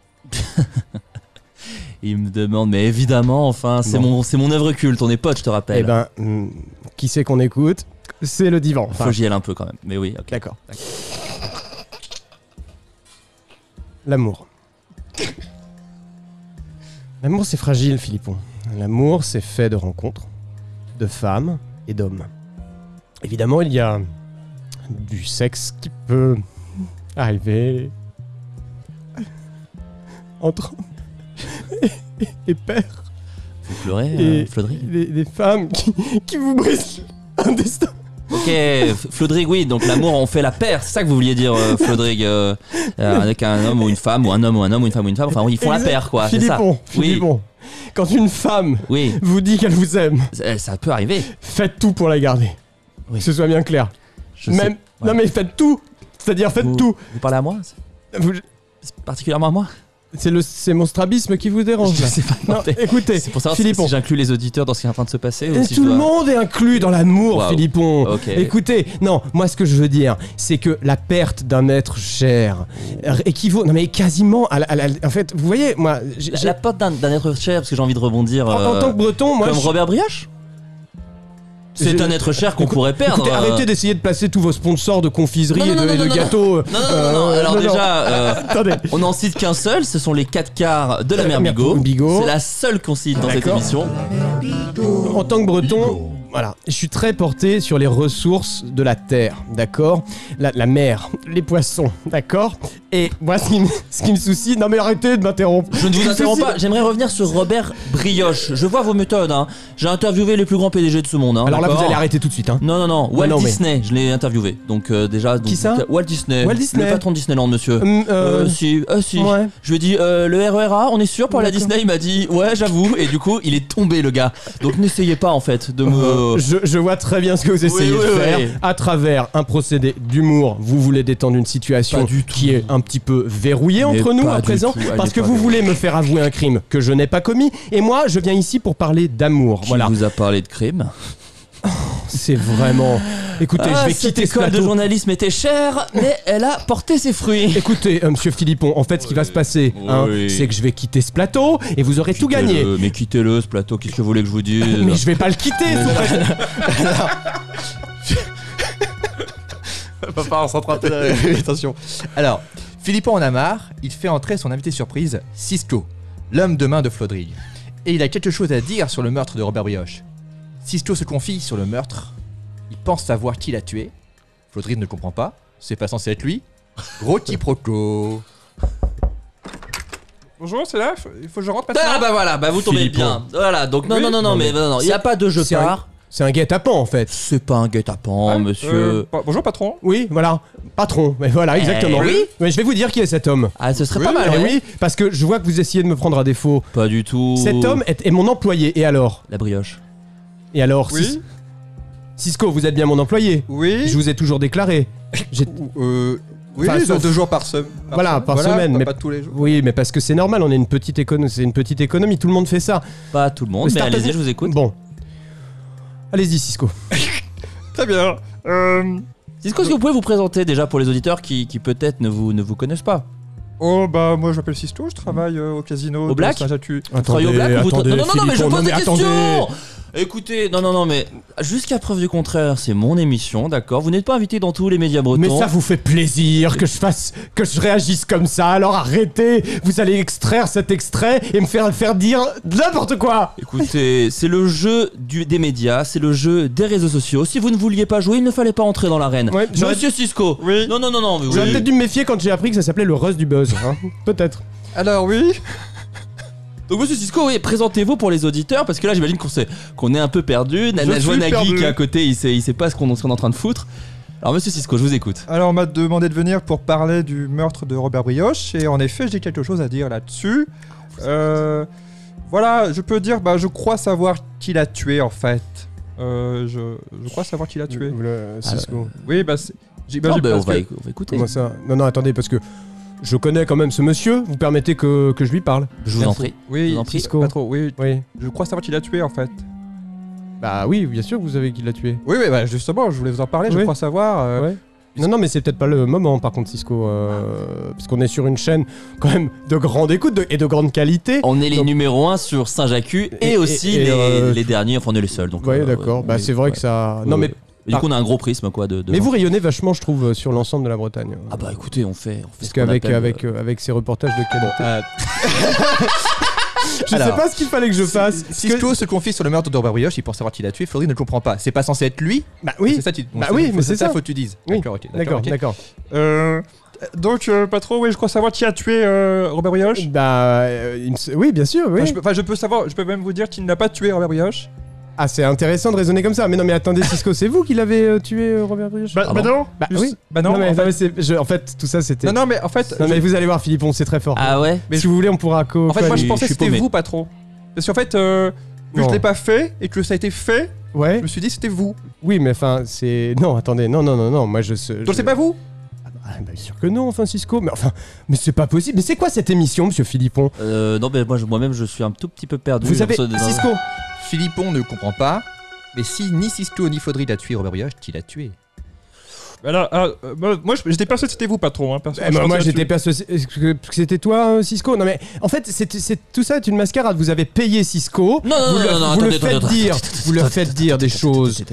C: Il me demande, mais évidemment, enfin, c'est
B: Bon.
C: mon, c'est mon œuvre culte. On est potes, je te rappelle.
B: Eh ben, hmm, qui c'est qu'on écoute C'est le divan. Enfin,
C: Faut que j'y aille un peu quand même. Mais oui, ok.
B: D'accord. L'amour. L'amour, c'est fragile, Philippon. L'amour, c'est fait de rencontres, de femmes et d'hommes. Évidemment, il y a du sexe qui peut arriver entre hommes et- et pères
C: Vous pleurez,
B: Et-
C: euh, Flodrig
B: des, des femmes qui, qui vous brisent un destin.
C: Ok, F- Flodrig, oui, donc l'amour, on fait la paire, c'est ça que vous vouliez dire, euh, Flodrig, euh, euh, avec un homme ou une femme, ou un homme ou un homme ou une femme ou une femme, enfin, ils font la
B: Exact.
C: paire, quoi, c'est ça.
B: Philippon,
C: Oui.
B: Philippon, quand une femme
C: Oui,
B: vous dit qu'elle vous aime,
C: ça, Eh, ça peut arriver.
B: faites tout pour la garder.
C: Oui.
B: Que ce soit bien clair.
C: Je
B: Même,
C: ouais.
B: Non mais faites tout. C'est-à-dire
C: sais.
B: faites
C: Vous-
B: tout.
C: Vous parlez à moi C'est-
B: Vous-
C: c'est Particulièrement à moi
B: C'est le, c'est mon strabisme qui vous dérange.
C: Je
B: là.
C: sais pas.
B: Oh, bah. Non,
C: commenter.
B: écoutez,
C: C'est pour savoir si,
B: Philippon.
C: si j'inclus les auditeurs dans ce qui est en train de se passer. Ou
B: Et
C: si
B: tout
C: je
B: le
C: dois-
B: monde est inclus dans l'amour,
C: Waouh.
B: Philippon.
C: Ok.
B: Écoutez, non, moi ce que je veux dire, c'est que la perte d'un être cher r- équivaut, non mais quasiment à, la- à la- en fait, vous voyez, moi, j'ai-
C: La,
B: j'ai-
C: la porte d'un d'un être cher, parce que j'ai envie de rebondir.
B: en, en
C: euh,
B: tant que Breton, moi,
C: comme
B: je-
C: Robert Brioche C'est
B: Je-
C: un être cher qu'on
B: Écou-
C: pourrait perdre.
B: Écoutez,
C: euh.
B: arrêtez d'essayer de placer tous vos sponsors de confiserie
C: Non, non,
B: et de,
C: non,
B: et
C: non,
B: de
C: non,
B: gâteaux.
C: Non, non,
B: euh,
C: non, non, alors
B: non, non.
C: déjà, euh,
B: Attendez.
C: on n'en cite qu'un seul, ce sont les 4 quarts de la mère
B: Mère
C: Bigot.
B: Bigot.
C: C'est la seule qu'on cite dans cette
B: D'accord.
C: émission.
B: En tant que breton, voilà, je suis très porté sur les ressources de la terre, d'accord la, la mer, les poissons, d'accord Et moi, ce qui, me, ce qui me soucie, non mais arrêtez de m'interrompre.
C: Je ne
B: Ce qui
C: vous
B: me
C: interromps
B: soucie-
C: pas, j'aimerais revenir sur Robert Brioche. Je vois vos méthodes, hein. j'ai interviewé les plus grands PDG de ce monde. hein,
B: Alors là, vous
C: d'accord
B: allez arrêter tout de suite, hein
C: Non, non, non, Walt
B: Non, mais-
C: Disney, je l'ai interviewé. Donc euh, déjà. donc,
B: Qui ça
C: Walt Disney.
B: Walt Disney.
C: Le patron de Disneyland, monsieur.
B: Hum,
C: Euh,
B: euh,
C: si, euh, si.
B: ouais.
C: Je lui ai dit, euh, le RERA, on est sûr pour aller à
B: D'accord.
C: Disney Il m'a dit, ouais, j'avoue. Et du coup, il est tombé, le gars. Donc n'essayez pas, en fait, de
B: Euh,
C: me.
B: Je, je vois très bien ce que vous essayez
C: Euh. Oui, oui,
B: de faire.
C: oui.
B: À travers un procédé d'humour, vous voulez détendre une situation
C: Pas du tout.
B: qui est un petit peu verrouillée
C: Mais
B: entre nous
C: pas
B: à
C: du
B: présent,
C: tout, elle
B: parce
C: est
B: que
C: pas
B: vous
C: verrouillée.
B: voulez me faire avouer un crime que je n'ai pas commis, et moi je viens ici pour parler d'amour.
C: Qui
B: Voilà,
C: vous a parlé de crime
B: c'est vraiment. Écoutez,
C: Ah,
B: je vais
C: cette
B: quitter ce
C: école de
B: plateau.
C: journalisme était chère, mais elle a porté ses fruits.
B: Écoutez, euh, monsieur Philippon, en fait, ce qui va se passer, hein,
C: oui.
B: c'est que je vais quitter ce plateau et vous aurez tout gagné.
C: Quittez-le, Mais quittez-le, ce plateau, qu'est-ce que vous voulez que je vous dise
B: Mais je vais pas le quitter, sous prétexte-
D: va falloir s'attraper.
A: Attention. Alors, Philippon en a marre, il fait entrer son invité surprise, Cisco, l'homme de main de Flodrig. Et il a quelque chose à dire sur le meurtre de Robert Brioche. Cisco se confie sur le meurtre. Il pense savoir qui l'a tué. Flodrig ne comprend pas. C'est pas censé être lui. Gros quiproquo. Bonjour, c'est là Il faut que je rentre
C: Ah bah voilà, bah vous tombez
B: Philippon.
C: bien. Voilà, donc non,
B: Oui.
C: non, non, non,
B: Non,
C: mais
B: mais
C: non, non, il n'y a pas de je
B: c'est un-
C: pars.
B: C'est un guet-apens en fait.
C: C'est pas un guet-apens, monsieur.
A: Euh, bonjour, patron.
B: Oui, voilà, patron. Mais voilà, exactement.
C: Eh oui.
B: Mais je vais vous dire qui est cet homme.
C: Ah, ce serait
B: Oui,
C: pas mal,
B: eh
C: ouais.
B: oui, parce que je vois que vous essayez de me prendre à défaut.
C: Pas du tout.
B: Cet homme est, est mon employé. Et alors
C: La brioche.
B: Et alors
A: Oui.
B: Cis- Cisco, vous êtes bien mon employé.
A: Oui.
B: Je vous ai toujours déclaré. J'ai-
A: oui,
B: Enfin, sauf-
A: euh, deux jours par, sem- par
B: Voilà, par semaine, mais-
A: tous les jours.
B: Oui, mais parce que c'est normal, on est une petite économie, c'est une petite économie, tout le monde fait ça.
C: Pas tout le monde, mais
B: Startup-
C: allez-y, je vous écoute.
B: Bon. Allez-y, Cisco.
A: Très bien. Euh,
C: Cisco, est-ce que vous pouvez vous présenter déjà pour les auditeurs qui, qui peut-être ne vous, ne vous connaissent pas
A: Oh bah moi je m'appelle Sisto, je travaille euh, au casino
C: Au
A: de
C: Black
A: Saint-Jacques.
C: Vous travaillez au Black ou vous- Non, non, non, mais je
B: Philippon,
C: pose
B: non,
C: des
B: mais
C: questions
B: attendez.
C: Écoutez, non, non, non, mais jusqu'à preuve du contraire, c'est mon émission, d'accord Vous n'êtes pas invité dans tous les médias bretons.
B: Mais ça vous fait plaisir que je fasse, que je réagisse comme ça, alors arrêtez Vous allez extraire cet extrait et me faire, faire dire n'importe quoi
C: Écoutez, c'est le jeu du, des médias, c'est le jeu des réseaux sociaux. Si vous ne vouliez pas jouer, il ne fallait pas entrer dans l'arène.
B: Ouais, j'aurais-
C: Monsieur Cisco
A: Oui.
C: Non, non, non, non, mais
B: J'aurais
C: oui.
B: peut-être dû me méfier quand j'ai appris que ça s'appelait le Rust du Buzz, hein. peut-être.
A: Alors oui
C: Donc monsieur Cisco, oui, présentez-vous pour les auditeurs, parce que là j'imagine qu'on s'est- qu'on est un peu perdu. Nana
H: suis
C: Joanagui
H: perdu.
C: qui est à côté, il sait, il sait pas ce qu'on ce qu'on est en train de foutre. Alors monsieur Cisco, je vous écoute.
H: Alors on m'a demandé de venir pour parler du meurtre de Robert Brioche et en effet j'ai quelque chose à dire là-dessus. Euh, voilà, je peux dire, bah, je crois savoir qui l'a tué en fait. Euh, je, je crois savoir qui l'a tué.
B: Le Cisco.
H: Oui, bah, c'est- j'ai- bah,
C: Ah, euh, Non,
H: j'ai-
C: bah, on,
H: parce
C: va,
H: que-
C: éc- on va écouter.
B: Comment ça Non, non, attendez, parce que je connais quand même ce monsieur. Vous permettez que, que je lui parle
C: Je vous en prie.
H: Oui,
C: vous en prie.
H: Cisco. pas trop, oui,
B: Oui.
H: je crois savoir qui l'a tué en fait.
B: Bah oui, bien sûr, que vous savez qui l'a tué.
H: Oui, oui, bah, justement, je voulais vous en parler, je
B: Oui.
H: crois savoir. euh,
B: Ouais. Non, non, mais c'est peut-être pas le moment, par contre, Cisco. euh, parce qu'on est sur une chaîne, quand même, de grande écoute de- et de grande qualité.
C: On est les
B: Donc-
C: numéros 1 sur Saint-Jacques et,
B: Et-
C: aussi
B: et- et,
C: les,
B: euh,
C: les derniers, enfin on est les seuls. Donc,
B: Ouais,
C: euh,
B: d'accord.
C: ouais,
B: bah,
C: on
B: c'est
C: est-
B: vrai
C: ouais.
B: que ça.
C: Ouais,
B: Non,
C: ouais.
B: mais,
C: Et du coup, on a un gros prisme quoi de. de-
B: mais vous rayonnez vachement, je trouve, euh, sur l'ensemble de la Bretagne.
C: Ah bah écoutez, on fait. On fait
B: Parce
C: ce qu'on
B: qu'avec
C: appelle,
B: avec, euh, avec ces reportages de qualité. je
A: Euh. Alors,
B: sais pas ce qu'il fallait que je fasse. parce que-
A: Cisco se confie sur le meurtre de Robert Brioche, il pense savoir qui l'a tué, Florine ne le comprend pas. C'est pas censé être lui
B: Bah oui.
A: C'est ça, tu...
B: Bah oui,
A: faut-
B: mais c'est ça.
A: faut que tu dises.
B: Oui.
A: D'accord, ok.
B: D'accord,
A: ok.
B: d'accord.
H: euh, donc, euh, pas trop, oui, je crois savoir qui a tué euh, Robert Brioche.
B: Bah euh, il me s- oui, bien sûr, oui.
H: Enfin, je, peux- enfin, je peux savoir, je peux même vous dire qu'il n'a pas tué Robert Brioche.
B: Ah, c'est intéressant de raisonner comme ça. Mais non, mais attendez, Cisco, c'est vous qui l'avez euh, tué, euh, Robert Brioche
H: Bah,
C: Ah bah bon
H: non
B: Bah oui.
H: Bah non,
B: mais,
H: en fait-
B: mais c'est- je- en fait, tout ça, c'était.
H: non, non, mais en fait,
B: Non, mais
H: je-
B: vous allez voir, Philippon, c'est très fort.
C: Ah ouais
B: mais si vous voulez, on pourra. co-
H: en fait, moi
B: coller.
H: je
C: je
H: pensais que
C: suis
H: c'était
C: paumé.
H: vous, pas trop. Parce qu'en fait, euh, vu que
B: Non.
H: je l'ai pas fait et que ça a été fait,
B: Ouais.
H: je me suis dit c'était vous.
B: Oui, mais enfin, c'est. Non, attendez, non, non, non, non. Moi, je. sais-
H: Donc
B: je-
H: c'est pas vous
B: Ah, bah, bien sûr que non, enfin, Cisco. Mais enfin, mais c'est pas possible. Mais c'est quoi cette émission, Monsieur Philippon
C: Euh, Non, mais moi, je- moi-même, je suis un tout petit peu perdu.
B: Vous avez
C: Dans ce- dans-
B: Cisco.
A: Philippon ne le comprend pas, mais si ni Cisco ni Faudry l'a tué, Robert Brioche, qui l'a tué
H: Alors, alors, euh, moi moi, je- j'étais persuadé que c'était vous, pas trop. Hein, perso-
B: Eh
H: je
B: ben,
H: pensais
B: moi,
H: que
B: j'étais
H: tu-
B: persuadé est-ce que que c'était toi, euh, Cisco. Non, mais en fait, c'est c'est- tout ça est une mascarade. Vous avez payé Cisco.
C: Non, non,
B: vous
C: non,
B: le,
C: non, non,
B: vous le
C: attendez,
B: faites
C: attendez,
B: dire,
C: attendez,
B: vous le
C: attendez,
B: faites dire des choses.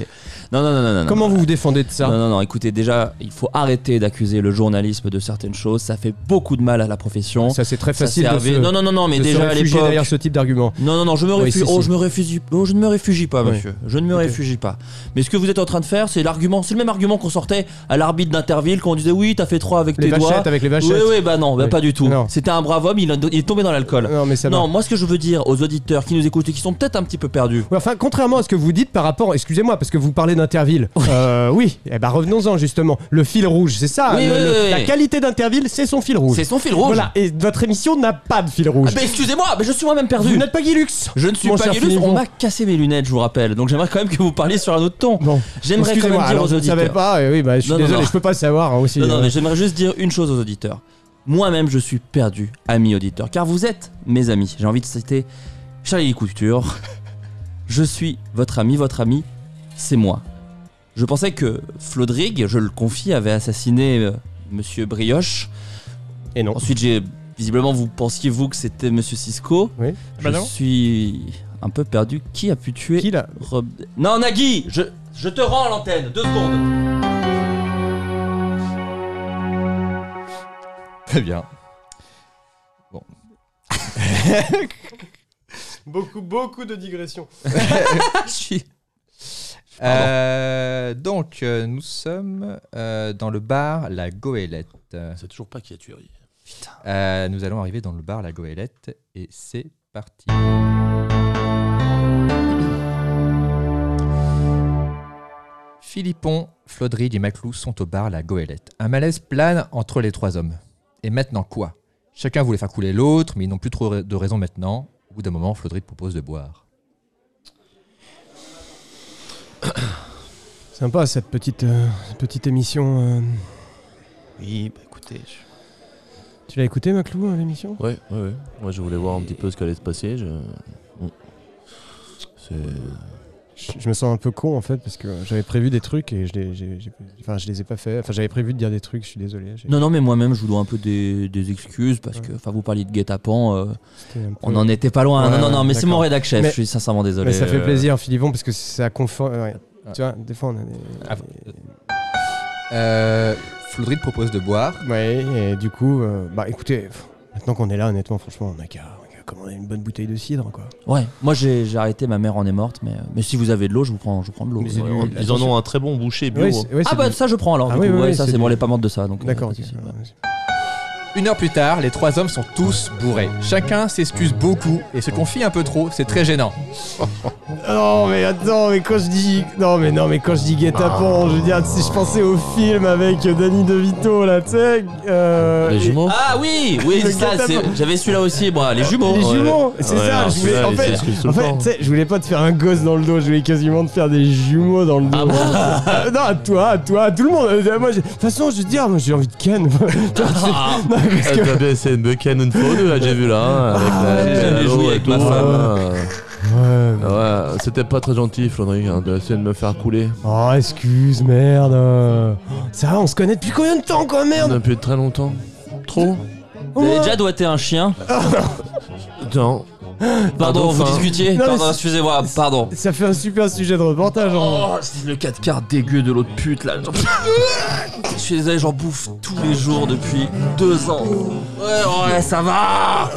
C: Non, non, non, non, non.
B: Comment vous vous défendez de ça
C: Non, non, non, écoutez, déjà, il faut arrêter d'accuser le journalisme de certaines choses. Ça fait beaucoup de mal à la profession.
B: Ça, c'est très
C: Ça
B: facile de
C: servait-
B: se,
C: Non, non, non, non, mais
B: de se
C: déjà à
B: réfugier
C: l'époque.
B: derrière ce type d'argument.
C: Non, non, non, je me
B: Oui,
C: réfugie.
B: si,
C: oh,
B: si.
C: je me réfugie. Oh, je ne me réfugie pas,
B: Oui.
C: monsieur. Je ne me réfugie pas. Mais ce que vous êtes en train de faire, c'est l'argument. C'est le même argument qu'on sortait à l'arbitre d'Interville quand on disait oui, t'as fait trois avec
B: Les
C: tes doigts.
B: vachettes avec les vachettes.
C: Oui, oui, bah non, bah
B: Oui.
C: pas du tout.
B: Non.
C: C'était un brave homme, il, a- il est tombé dans l'alcool.
B: Non, mais ça va.
C: Non, moi, ce que je veux dire aux auditeurs qui nous écoutent et qui sont peut-être un petit peu perdus.
B: Ouais, enfin, contrairement à ce que vous dites par rapport, excusez-moi, parce que vous parlez d'Interville. Euh, oui, eh ben revenons-en justement. Le fil rouge, c'est ça.
C: Oui,
B: le-
C: oui,
B: le-
C: oui, oui.
B: La qualité d'Interville, c'est son fil rouge.
C: C'est son fil rouge.
B: Voilà, et votre émission n'a pas de fil rouge.
C: Ah, bah, excusez-moi, mais je suis moi-même
B: vous
C: perdu.
B: n'êtes pas Guilux.
C: Je ne suis
B: Mon
C: pas
B: cher
C: Guilus,
B: Philippe
C: on
B: Bon.
C: m'a cassé mes lunettes, je vous rappelle. Donc j'aimerais quand même que vous parliez sur un autre ton.
B: Bon,
C: J'aimerais quand même
B: excusez-moi,
C: dire
B: alors
C: aux
B: je ne savais
C: auditeurs.
B: pas, et oui, bah, je suis
C: Non, non,
B: désolé,
C: non.
B: je peux pas savoir hein, aussi.
C: Non, non,
B: euh.
C: mais j'aimerais juste dire une chose aux auditeurs. Moi-même, je suis perdu, ami auditeur, car vous êtes mes amis. J'ai envie de citer Charlie Couture. je suis votre ami, votre ami, c'est moi. Je pensais que Flodrig, je le confie, avait assassiné euh, Monsieur Brioche.
B: Et non.
C: Ensuite, j'ai visiblement vous pensiez vous que c'était Monsieur Cisco.
B: Oui.
C: Je
H: Bah non.
C: suis un peu perdu. Qui a pu tuer
B: Qui là
C: Rob- Non, Nagui, je, je te rends l'antenne. Deux secondes.
A: Très bien.
B: Beaucoup, beaucoup de digressions.
C: Ah, Je suis-
A: Euh, donc, euh, nous sommes euh, dans le bar La Goélette.
D: C'est toujours pas qui a tué.
A: Euh, nous allons arriver dans le bar La Goélette et c'est parti. Philippon, Flodrig et Maclou sont au bar La Goélette. Un malaise plane entre les trois hommes. Et maintenant quoi Chacun voulait faire couler l'autre, mais ils n'ont plus trop ra- de raison maintenant. Au bout d'un moment, Flodrig propose de boire.
B: Sympa cette petite, euh, petite émission. euh.
C: Oui, bah écoutez. je-
B: Tu l'as écouté, Maclou, hein, l'émission
D: Ouais, ouais, ouais. Moi, je voulais voir un petit peu ce qu'allait se passer. Je... Mm. C'est.
B: je, je me sens un peu con en fait parce que j'avais prévu des trucs et je les, j'ai- j'ai- enfin, je les ai pas fait. Enfin, j'avais prévu de dire des trucs, je suis désolé. j'ai-
C: Non, non, mais moi-même, je vous dois un peu des, des excuses parce que, enfin, vous parliez de guet-apens. euh,
B: c'était un peu-
C: on en était pas loin.
B: Ouais,
C: non, non, non, mais c'est
B: d'accord.
C: mon rédac chef.
B: Mais-
C: Je suis sincèrement désolé.
B: Mm. Mais ça fait
C: euh,
B: plaisir, Philippon, parce que ça conforme. ouais.
A: Ouais.
B: Tu vois, des fois on a des.
A: Ah, Euh, Flodrig propose de boire.
B: Ouais, et du coup, euh, bah écoutez, pff, maintenant qu'on est là, honnêtement, franchement, on a qu'à on a qu'à commander une bonne bouteille de cidre quoi.
C: Ouais, moi j'ai j'ai arrêté, ma mère en est morte, mais, euh, mais si vous avez de l'eau, je vous prends, je vous prends de l'eau.
B: Mais c'est du-
C: Ouais, ouais.
D: Ils en ont un très bon boucher bio. hein.
B: Ouais, c'est- ouais,
C: Ah
B: c'est
C: bah
B: du-
C: ça je prends alors.
B: Ah
C: du
B: oui,
C: coup,
B: oui,
C: ouais,
B: oui,
C: ça
B: c'est
C: c'est bon,
B: du-
C: elle est pas morte de ça. donc, euh,
B: D'accord,
C: pas
B: ok.
C: de souci.
B: ouais, ouais, c'est-
A: Une heure plus tard, les trois hommes sont tous bourrés. Chacun s'excuse beaucoup et se confie un peu trop, c'est très gênant.
B: Ah, Non mais attends, mais quand je dis non mais non mais quand je dis guet-apens, je veux dire si je pensais au film avec Danny DeVito là, tu sais, euh,
C: Les
B: et-
C: jumeaux Ah oui Oui,
B: Le
C: ça,
B: guet-apens.
C: c'est- j'avais celui-là aussi, moi, les jumeaux.
B: les
C: Ouais.
B: jumeaux, c'est
D: euh, Ouais,
B: ça.
D: alors
B: Je voulais,
D: celui-là,
B: en
D: il
B: fait,
D: s'excuse tout
B: en
D: le
B: fait,
D: temps.
B: tu sais, je voulais pas te faire un gosse dans le dos, je voulais quasiment te faire des jumeaux dans le dos.
C: Ah bon
D: bah.
B: Euh, non, à toi, à toi, à tout le monde. Euh, Moi, j'ai- de toute façon, je veux dire, moi, j'ai envie de ken.
C: Ah,
D: Euh, T'as bien essayé de me ken une fois ou deux, là, j'ai vu là.
B: Ah,
D: hein, avec la-
C: ouais,
D: la
C: j'avais
D: l'eau
C: joué
D: et
C: avec
D: tout,
C: ma femme.
B: ouais.
D: Ouais, c'était pas très gentil, Flodrig, hein, de essayer de me faire couler.
B: Oh, excuse, merde. euh. Ça, va, on se connaît depuis combien de temps, quoi, merde
D: Depuis très longtemps. Trop
B: Au
C: Vous avez
B: moins-
C: déjà doigté un chien
D: Non.
C: Pardon, vous
D: enfin.
C: discutiez
B: Non, mais
C: Pardon,
B: c'est-
C: excusez-moi, pardon.
B: Ça fait un super sujet de reportage. hein. en
C: Oh, c'est le 4 quarts dégueu de l'autre pute là. J'en- Je suis désolé, j'en bouffe tous les jours depuis deux ans. Ouais, ouais, ça va.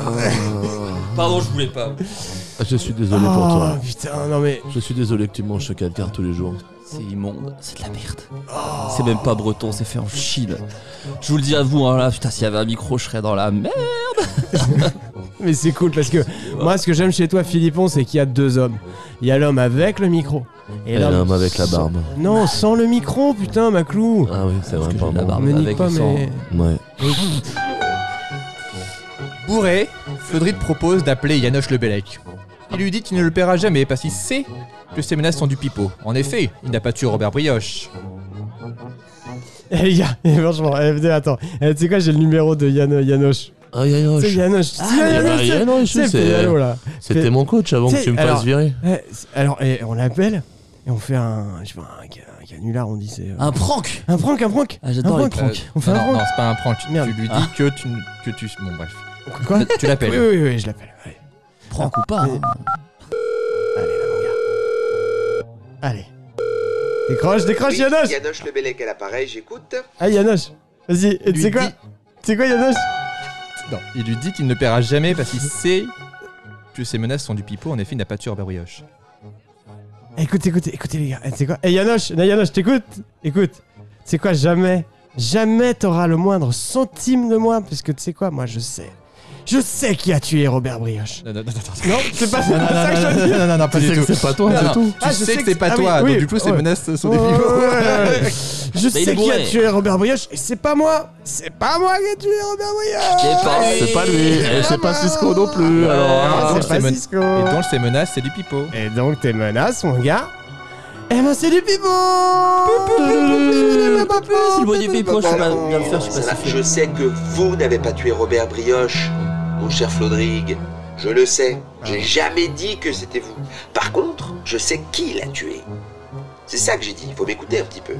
C: Pardon, je voulais pas.
D: Je suis désolé pour
B: Oh,
D: toi.
B: putain, non mais.
D: Je suis désolé que tu manges ce 4 quarts tous les jours.
C: C'est immonde, c'est de la merde. C'est même pas breton, c'est fait en Chine. Je vous le dis à vous, hein, là, putain, s'il y avait un micro, je serais dans la merde.
B: Mais c'est cool parce que moi, ce que j'aime chez toi, Philippon, c'est qu'il y a deux hommes. Il y a l'homme avec le micro.
D: Et l'homme avec la
B: sans-
D: barbe.
B: Non, sans le micro, putain, Maclou.
D: Ah oui, c'est vrai,
C: que j'ai de la
D: pardon.
C: barbe.
B: Me nique
C: avec
B: pas,
C: et sans.
B: mais.
D: Ouais.
A: Bourré, Flodrid propose d'appeler Yanoche le Bellec. Il lui dit qu'il ne le paiera jamais parce qu'il sait que ses menaces sont du pipeau. En effet, il n'a pas tué Robert Brioche.
B: Eh, les gars, eh, franchement, eh, venez, attends. Eh, tu sais quoi, j'ai le numéro de Yann, Yanoche.
D: Aïe, aïe,
B: Tu sais,
D: aïe.
B: Yanoche. tu sais,
D: Ah,
B: Yanoche,
D: bah,
B: c'est-
D: Yanoche,
B: c'est
D: c'est-
B: Pédalo, là.
D: C'était
B: Fais-
D: mon coach avant que
B: T'sais,
D: tu me
B: alors-
D: fasses virer.
B: Eh, c'est- alors, eh, on l'appelle et on fait un. Je sais pas, un, ca- un canular, on dit c'est. euh,
C: Un prank
B: Un prank, un prank
C: Ah, j'adore
B: Un
C: les
B: prank.
C: pranks.
B: On fait
A: non,
B: un
A: non,
B: prank.
A: non, c'est pas un prank.
B: Merde.
A: Tu lui dis
C: Ah.
A: que tu, que tu... Bon, bref.
B: Quoi
A: Tu l'appelles.
B: Oui, oui, oui, je l'appelle. Allez.
C: Prank ou pas hein.
B: Allez, là, mon gars. Allez. Décroche, décroche, Yanoche
E: Yanoche Le Bellec à l'appareil, j'écoute.
B: Ah, Yanoche Vas-y, et tu sais
A: Lui
B: quoi
A: dit-
B: Tu sais quoi, Yanoche
A: Non, il lui dit qu'il ne le paiera jamais parce qu'il sait que ses menaces sont du pipeau. En effet, il n'a pas tué Robert Brioche.
B: Écoute, écoute, écoutez les gars, Eh, tu sais quoi Eh Yanoche, eh, Yanoche, t'écoutes Écoute, tu sais quoi, jamais, jamais t'auras le moindre centime de moi, parce que tu sais quoi, moi je sais. Je sais qui a tué Robert Brioche.
A: Non, non, non, non,
B: Non, c'est pas, c'est
A: non,
B: pas
A: non,
B: ça que je dis.
A: non, non, non, non, pas
D: Tu
A: du
D: sais que
A: tout.
D: c'est pas toi,
A: Non,
D: c'est
A: non,
D: tout.
A: Tu
B: Ah, je
A: sais que c'est pas toi,
B: ah oui,
A: donc
B: oui,
A: du coup, ces
B: ouais.
A: menaces sont des
B: Ouais, ouais,
A: pipeaux.
B: ouais, ouais. Je
C: il est
B: sais qui a
C: bourré.
B: tué Robert Brioche, et c'est pas moi C'est pas moi qui a tué Robert Brioche
C: C'est pas
D: C'est pas lui. Et c'est pas Cisco non plus.
B: Ah,
D: Alors,
A: donc,
B: C'est pas
A: c'est mon-
B: Cisco
A: Et donc, ces menaces, c'est du pipeau.
B: Et donc tes menaces, mon gars Eh ben c'est du pipo
C: C'est le mot du pipo, je sais pas bien le faire, je sais pas si
I: Je sais que vous n'avez pas tué Robert Brioche, mon cher Flodrig. Je le sais. J'ai
B: Ah.
I: jamais dit que c'était vous. Par contre, je sais qui l'a tué. C'est ça que j'ai dit. Il faut m'écouter un petit peu.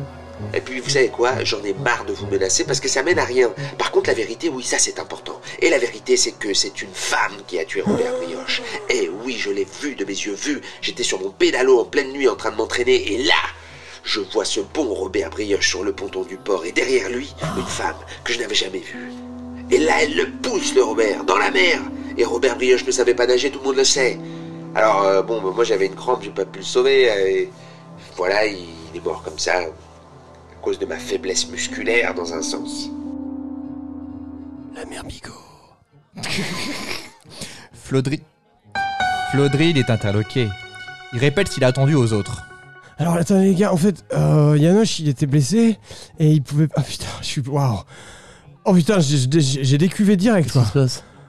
I: Et puis, vous savez quoi J'en ai marre de vous menacer parce que ça mène à rien. Par contre, la vérité, oui, ça c'est important. Et la vérité, c'est que c'est une femme qui a tué Robert Brioche. Et oui, je l'ai vu de mes yeux vus. J'étais sur mon pédalo en pleine nuit en train de m'entraîner. Et là, je vois ce bon Robert Brioche sur le ponton du port. Et derrière lui, une femme que je n'avais jamais vue. Et là, elle le pousse, le Robert, dans la mer. Et Robert Brioche ne savait pas nager, tout le monde le sait. Alors, euh, bon, bah, moi j'avais une crampe, j'ai pas pu le sauver. euh, et voilà, il, il est mort comme ça. À cause de ma faiblesse musculaire, dans un sens.
B: La mère Bigot.
A: Flaudry. Flaudry, il est interloqué. Il répète qu'il a attendu aux autres.
B: Alors attendez les gars, en fait, euh, Yanoche il était blessé et il pouvait... Ah putain, je suis... Waouh Oh putain, j'ai- j'ai j'ai décuvé direct quoi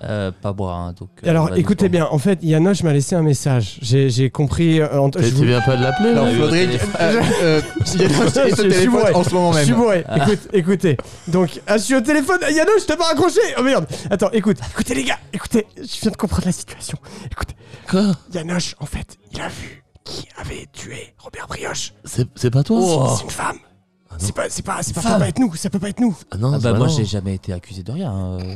C: Euh, pas boire, hein, donc. euh, on
B: Alors
C: a
B: écoutez
C: douze
B: bien, en fait, Yanoche m'a laissé un message. J'ai j'ai compris... euh, en- je
D: tu
B: vous-
D: viens pas de l'appeler
A: Alors,
D: là
C: eu
A: Flaudry,
C: au téléphone.
A: euh, euh, il est
B: Je
A: au
B: suis
A: téléphone
B: bourré.
A: en ce moment
B: Je
A: même.
B: suis bourré.
D: Ah.
B: Écoute, écoutez. Donc, ah, je suis au téléphone. Ah, Yanoche, t'as pas raccroché. Oh merde. Attends, écoute. Écoutez, les gars. Écoutez, je viens de comprendre la situation. Écoutez.
D: Quoi
B: Yanoche, en fait, il a vu qui avait tué Robert Brioche.
D: C'est c'est pas toi
C: Oh.
B: C'est une femme. C'est pas, c'est pas, c'est pas,
C: Femme.
B: ça peut pas être nous. Ça peut pas être nous.
D: Ah non,
C: ans. Ah
D: c'est
C: bah,
D: pas
C: moi,
D: non.
C: j'ai jamais été accusé de rien. euh.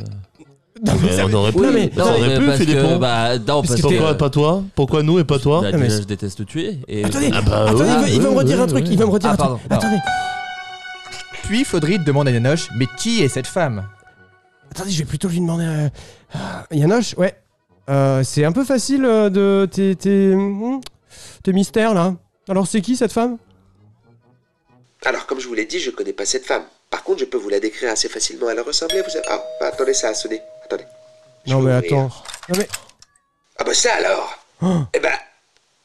B: Non,
D: Mais
B: ça-
D: on aurait pu.
B: Non, mais-
D: Ça aurait
C: mais
D: pu,
C: parce que,
D: Philippon.
C: Bah, non, parce
B: que
C: que.
D: Pourquoi pas toi Pourquoi nous et pas toi
C: Bah,
B: Non, mais
C: déjà,
B: c'est-
C: je déteste tuer. Et...
B: Attendez,
D: Ah bah,
B: attendez, il
D: ouais,
B: va- il va
D: ouais,
B: me redire
D: ouais,
B: un truc,
D: ouais.
B: il va me redire
C: Ah,
B: un truc.
C: pardon, pardon.
B: Attendez,
A: Puis Flaudry demande à Yanoche Mais qui est cette femme
B: attendez, je vais plutôt lui demander. euh, ah, Yanoche, ouais. Euh, c'est un peu facile euh, de tes, tes, hmm, tes mystères là. Alors c'est qui cette femme
I: Alors, comme je vous l'ai dit, je connais pas cette femme. Par contre, je peux vous la décrire assez facilement. Elle ressemblait, vous savez. Ah, bah, attendez, ça a sonné. Attendez. Je
B: Non
I: vais
B: mais
I: ouvrir.
B: attends. Non mais
I: Ah bah ça alors
B: Oh.
I: Eh ben,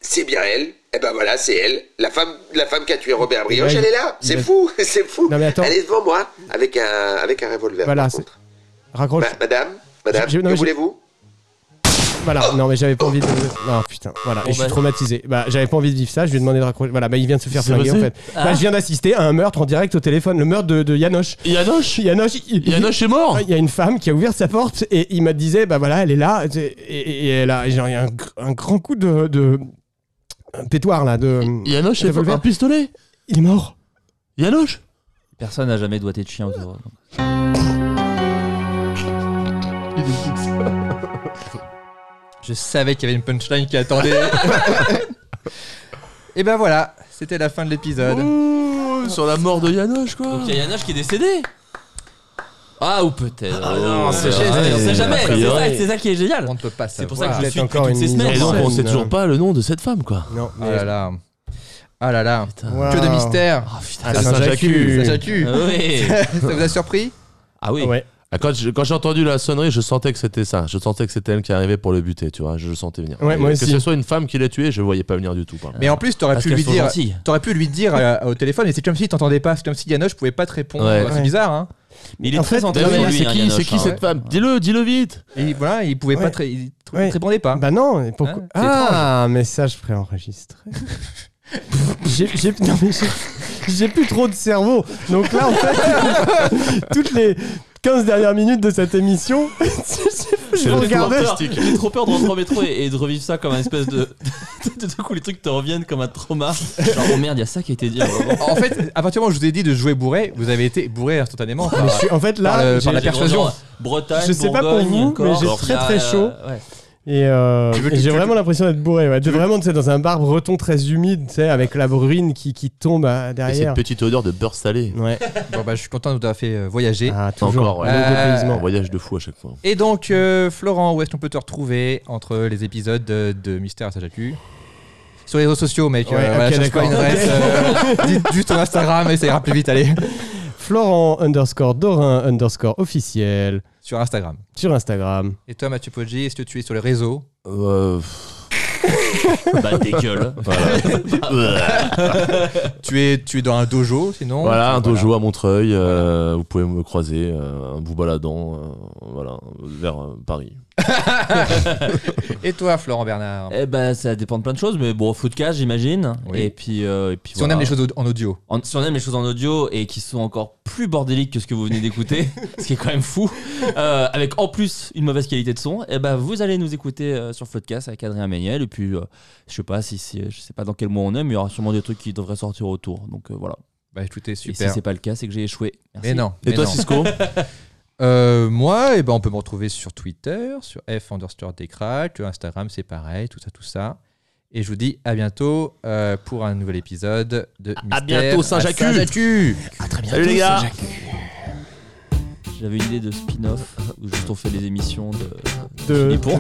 I: c'est bien elle. Eh ben voilà, c'est elle. La femme, la femme qui a tué Robert Brioche,
B: Ouais,
I: elle est là.
B: il
I: C'est
B: a-
I: fou, c'est fou.
B: Non, mais attends.
I: Elle est devant moi avec un, avec un revolver.
B: Voilà,
I: par
B: c'est-
I: contre.
B: raccroche.
I: Ma- madame, madame,
B: J'ai- non,
I: que
B: mais j'ai-
I: voulez-vous
B: Voilà, non mais j'avais pas envie de. Non putain, voilà, et
C: Bon,
B: je suis
C: bah-
B: traumatisé. Bah j'avais pas envie de vivre ça, je lui ai demandé de raccrocher. Voilà, bah il vient de se faire
D: C'est
B: flinguer en
D: passé
B: fait. Bah je viens d'assister à un meurtre en direct au téléphone, le meurtre de, de Yanoche.
D: Yanoche
B: Yanoche, il-
D: Yanoche est mort
B: il y a une femme qui a ouvert sa porte et il m'a disait bah voilà elle est là et, et- et elle a genre, il y a un, gr- un grand coup de, de un pétoire là de
D: Yanoche
B: Le
D: est
B: revolver.
D: un pistolet
B: il est mort
D: Yanoche
C: Personne n'a jamais doigté de chien autour. donc.
A: Je savais qu'il y avait une punchline qui attendait. Et ben voilà, c'était la fin de l'épisode.
D: Ouh, Sur la mort de Yanoche, quoi
C: Donc il y a Yanoche qui est décédé Ah, ou peut-être.
D: non,
C: Oh,
D: c'est
C: ouais,
D: vrai.
C: On sait
D: A
C: jamais. C'est
D: priori.
C: ça, c'est ça qui est génial.
A: On ne peut pas
C: C'est pour
A: savoir.
C: ça que je
B: Vous
C: suis
B: êtes
C: depuis
B: encore
C: toutes ces
B: une
C: semaines.
D: Et donc, on sait
B: scène.
D: toujours pas le nom de cette femme, quoi.
B: non
A: Ah là là. Ah là là.
B: Wow.
A: Que de mystère.
C: Ah, putain.
B: à
D: Ah,
B: Saint-Jacques
A: Ça, ça tue.
C: Ah oui.
A: ça vous a surpris
C: Ah oui.
B: ouais
D: Ah, Quand je- quand j'ai entendu la sonnerie, je sentais que c'était ça. Je sentais que c'était elle qui arrivait pour le buter, tu vois. Je le sentais venir.
B: Ouais, moi
D: que
B: aussi.
D: ce soit une femme qui l'a tué, je le voyais pas venir du tout. par contre.
A: Mais en plus, t'aurais
C: Parce
A: pu lui
C: qu'elles sont
A: dire.
C: gentilles.
A: T'aurais pu lui dire euh, au téléphone, et c'est comme si t'entendais pas, c'est comme si Yanoche pouvait pas te répondre.
D: Ouais.
A: C'est
B: Ouais.
A: bizarre, hein.
C: Mais il est
B: En
C: très
B: fait,
D: Mais oui,
C: entraîné, lui,
D: c'est
C: hein,
D: qui,
C: Yanoche,
D: c'est qui
C: hein.
D: cette femme Dis-le, dis-le vite
A: Et voilà, il pouvait
B: Ouais.
A: pas te, il te
B: Ouais.
A: répondait pas.
B: bah non et pourquoi
A: Hein, c'est
B: ah un message préenregistré j'ai j'ai- non, mais j'ai- j'ai plus trop de cerveau donc là en fait toutes les 15 dernières minutes de cette émission je
C: J'ai
B: regardais
C: trop peur- J'ai trop peur de rentrer au métro et, et de revivre ça comme un espèce de. de tout coup, les trucs te reviennent comme un trauma. Genre, oh merde, il y a ça qui a été dit. à un moment.
A: En fait, à partir du moment où je vous ai dit de jouer bourré, vous avez été bourré instantanément.
B: Mais je suis- en fait
A: Par
B: là
A: le-
B: j'ai-
A: par la
C: J'ai grandi
A: persuasion.
C: en Bretagne,
B: Je sais pas pour
C: Bourgogne,
B: vous, mais
C: encore.
B: j'ai très,
C: Il y a,
B: très
C: euh,
B: chaud.
C: ouais.
B: Et, euh,
A: Tu veux que-
B: et
A: tu
B: j'ai
A: veux
B: vraiment l'impression d'être bourré. Ouais. De vraiment tu sais, dans un bar breton très humide, tu sais, avec la bruine qui, qui tombe à-
D: Et cette
B: derrière.
D: petite odeur de beurre salé.
B: Ah, Ouais.
A: bon, bah, je suis content de vous avoir fait euh, voyager.
B: Ah,
D: Encore,
B: toujours.
D: ouais.
B: Le
A: Euh,
D: Un
B: dépaysement.
D: voyage de fou à chaque fois.
A: Et donc, euh, Florent, où est-ce qu'on peut te retrouver entre les épisodes de, de Mystère à Sajaku Sur les réseaux sociaux, mec.
B: Ouais,
A: euh,
B: ok,
A: voilà, cherche pas
B: d'accord.
A: une adresse. euh, dites juste ton Instagram et ça ira plus vite, allez.
B: Florent underscore Dorin underscore officiel
A: Sur Instagram.
B: sur Instagram.
A: Et toi, Mathieu Poggi, est-ce que tu es sur les réseaux
D: Euh,
C: Bah, des gueules.
D: voilà,
A: tu es, tu es dans un dojo, sinon
D: Voilà, un
A: Voilà.
D: dojo à Montreuil. euh, Vous pouvez me croiser, euh, vous baladant, euh, voilà, vers euh, Paris.
A: Et toi, Florent Bernard
C: Eh ben, ça dépend de plein de choses, mais bon, footcast, j'imagine.
A: Hein. Oui.
C: Et puis, euh, et puis
A: Si on
C: voilà.
A: aime les choses au- en audio.
C: En- si on aime les choses en audio et qui sont encore plus bordéliques que ce que vous venez d'écouter, ce qui est quand même fou, euh, avec en plus une mauvaise qualité de son, eh ben vous allez nous écouter euh, sur Floodcast avec Adrien Méniel. Et puis, euh, je sais pas si, si- je sais pas dans quel mois on est, mais il y aura sûrement des trucs qui devraient sortir autour. Donc euh, voilà.
A: Bah écoutez,
C: Et
A: super.
C: si c'est pas le cas, c'est que j'ai échoué. Merci.
A: mais non.
D: Et
A: mais
D: toi,
A: non.
D: Cisco
A: Euh, moi, eh ben, on peut me retrouver sur Twitter, sur F underscore décrac, Instagram c'est pareil, tout ça, tout ça. Et je vous dis à bientôt euh, pour un nouvel épisode de Mystère
D: bientôt,
A: à
D: Saint-Jacques.
A: Saint-Jacques.
D: Salut les gars
C: J'avais une idée de spin-off où juste on fait des émissions de.
B: De-
C: Philippe Pon.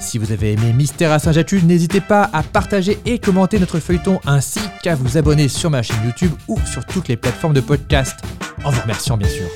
A: Si vous avez aimé Mystère à Saint-Jatu, n'hésitez pas à partager et commenter notre feuilleton ainsi qu'à vous abonner sur ma chaîne YouTube ou sur toutes les plateformes de podcast. En vous remerciant bien sûr.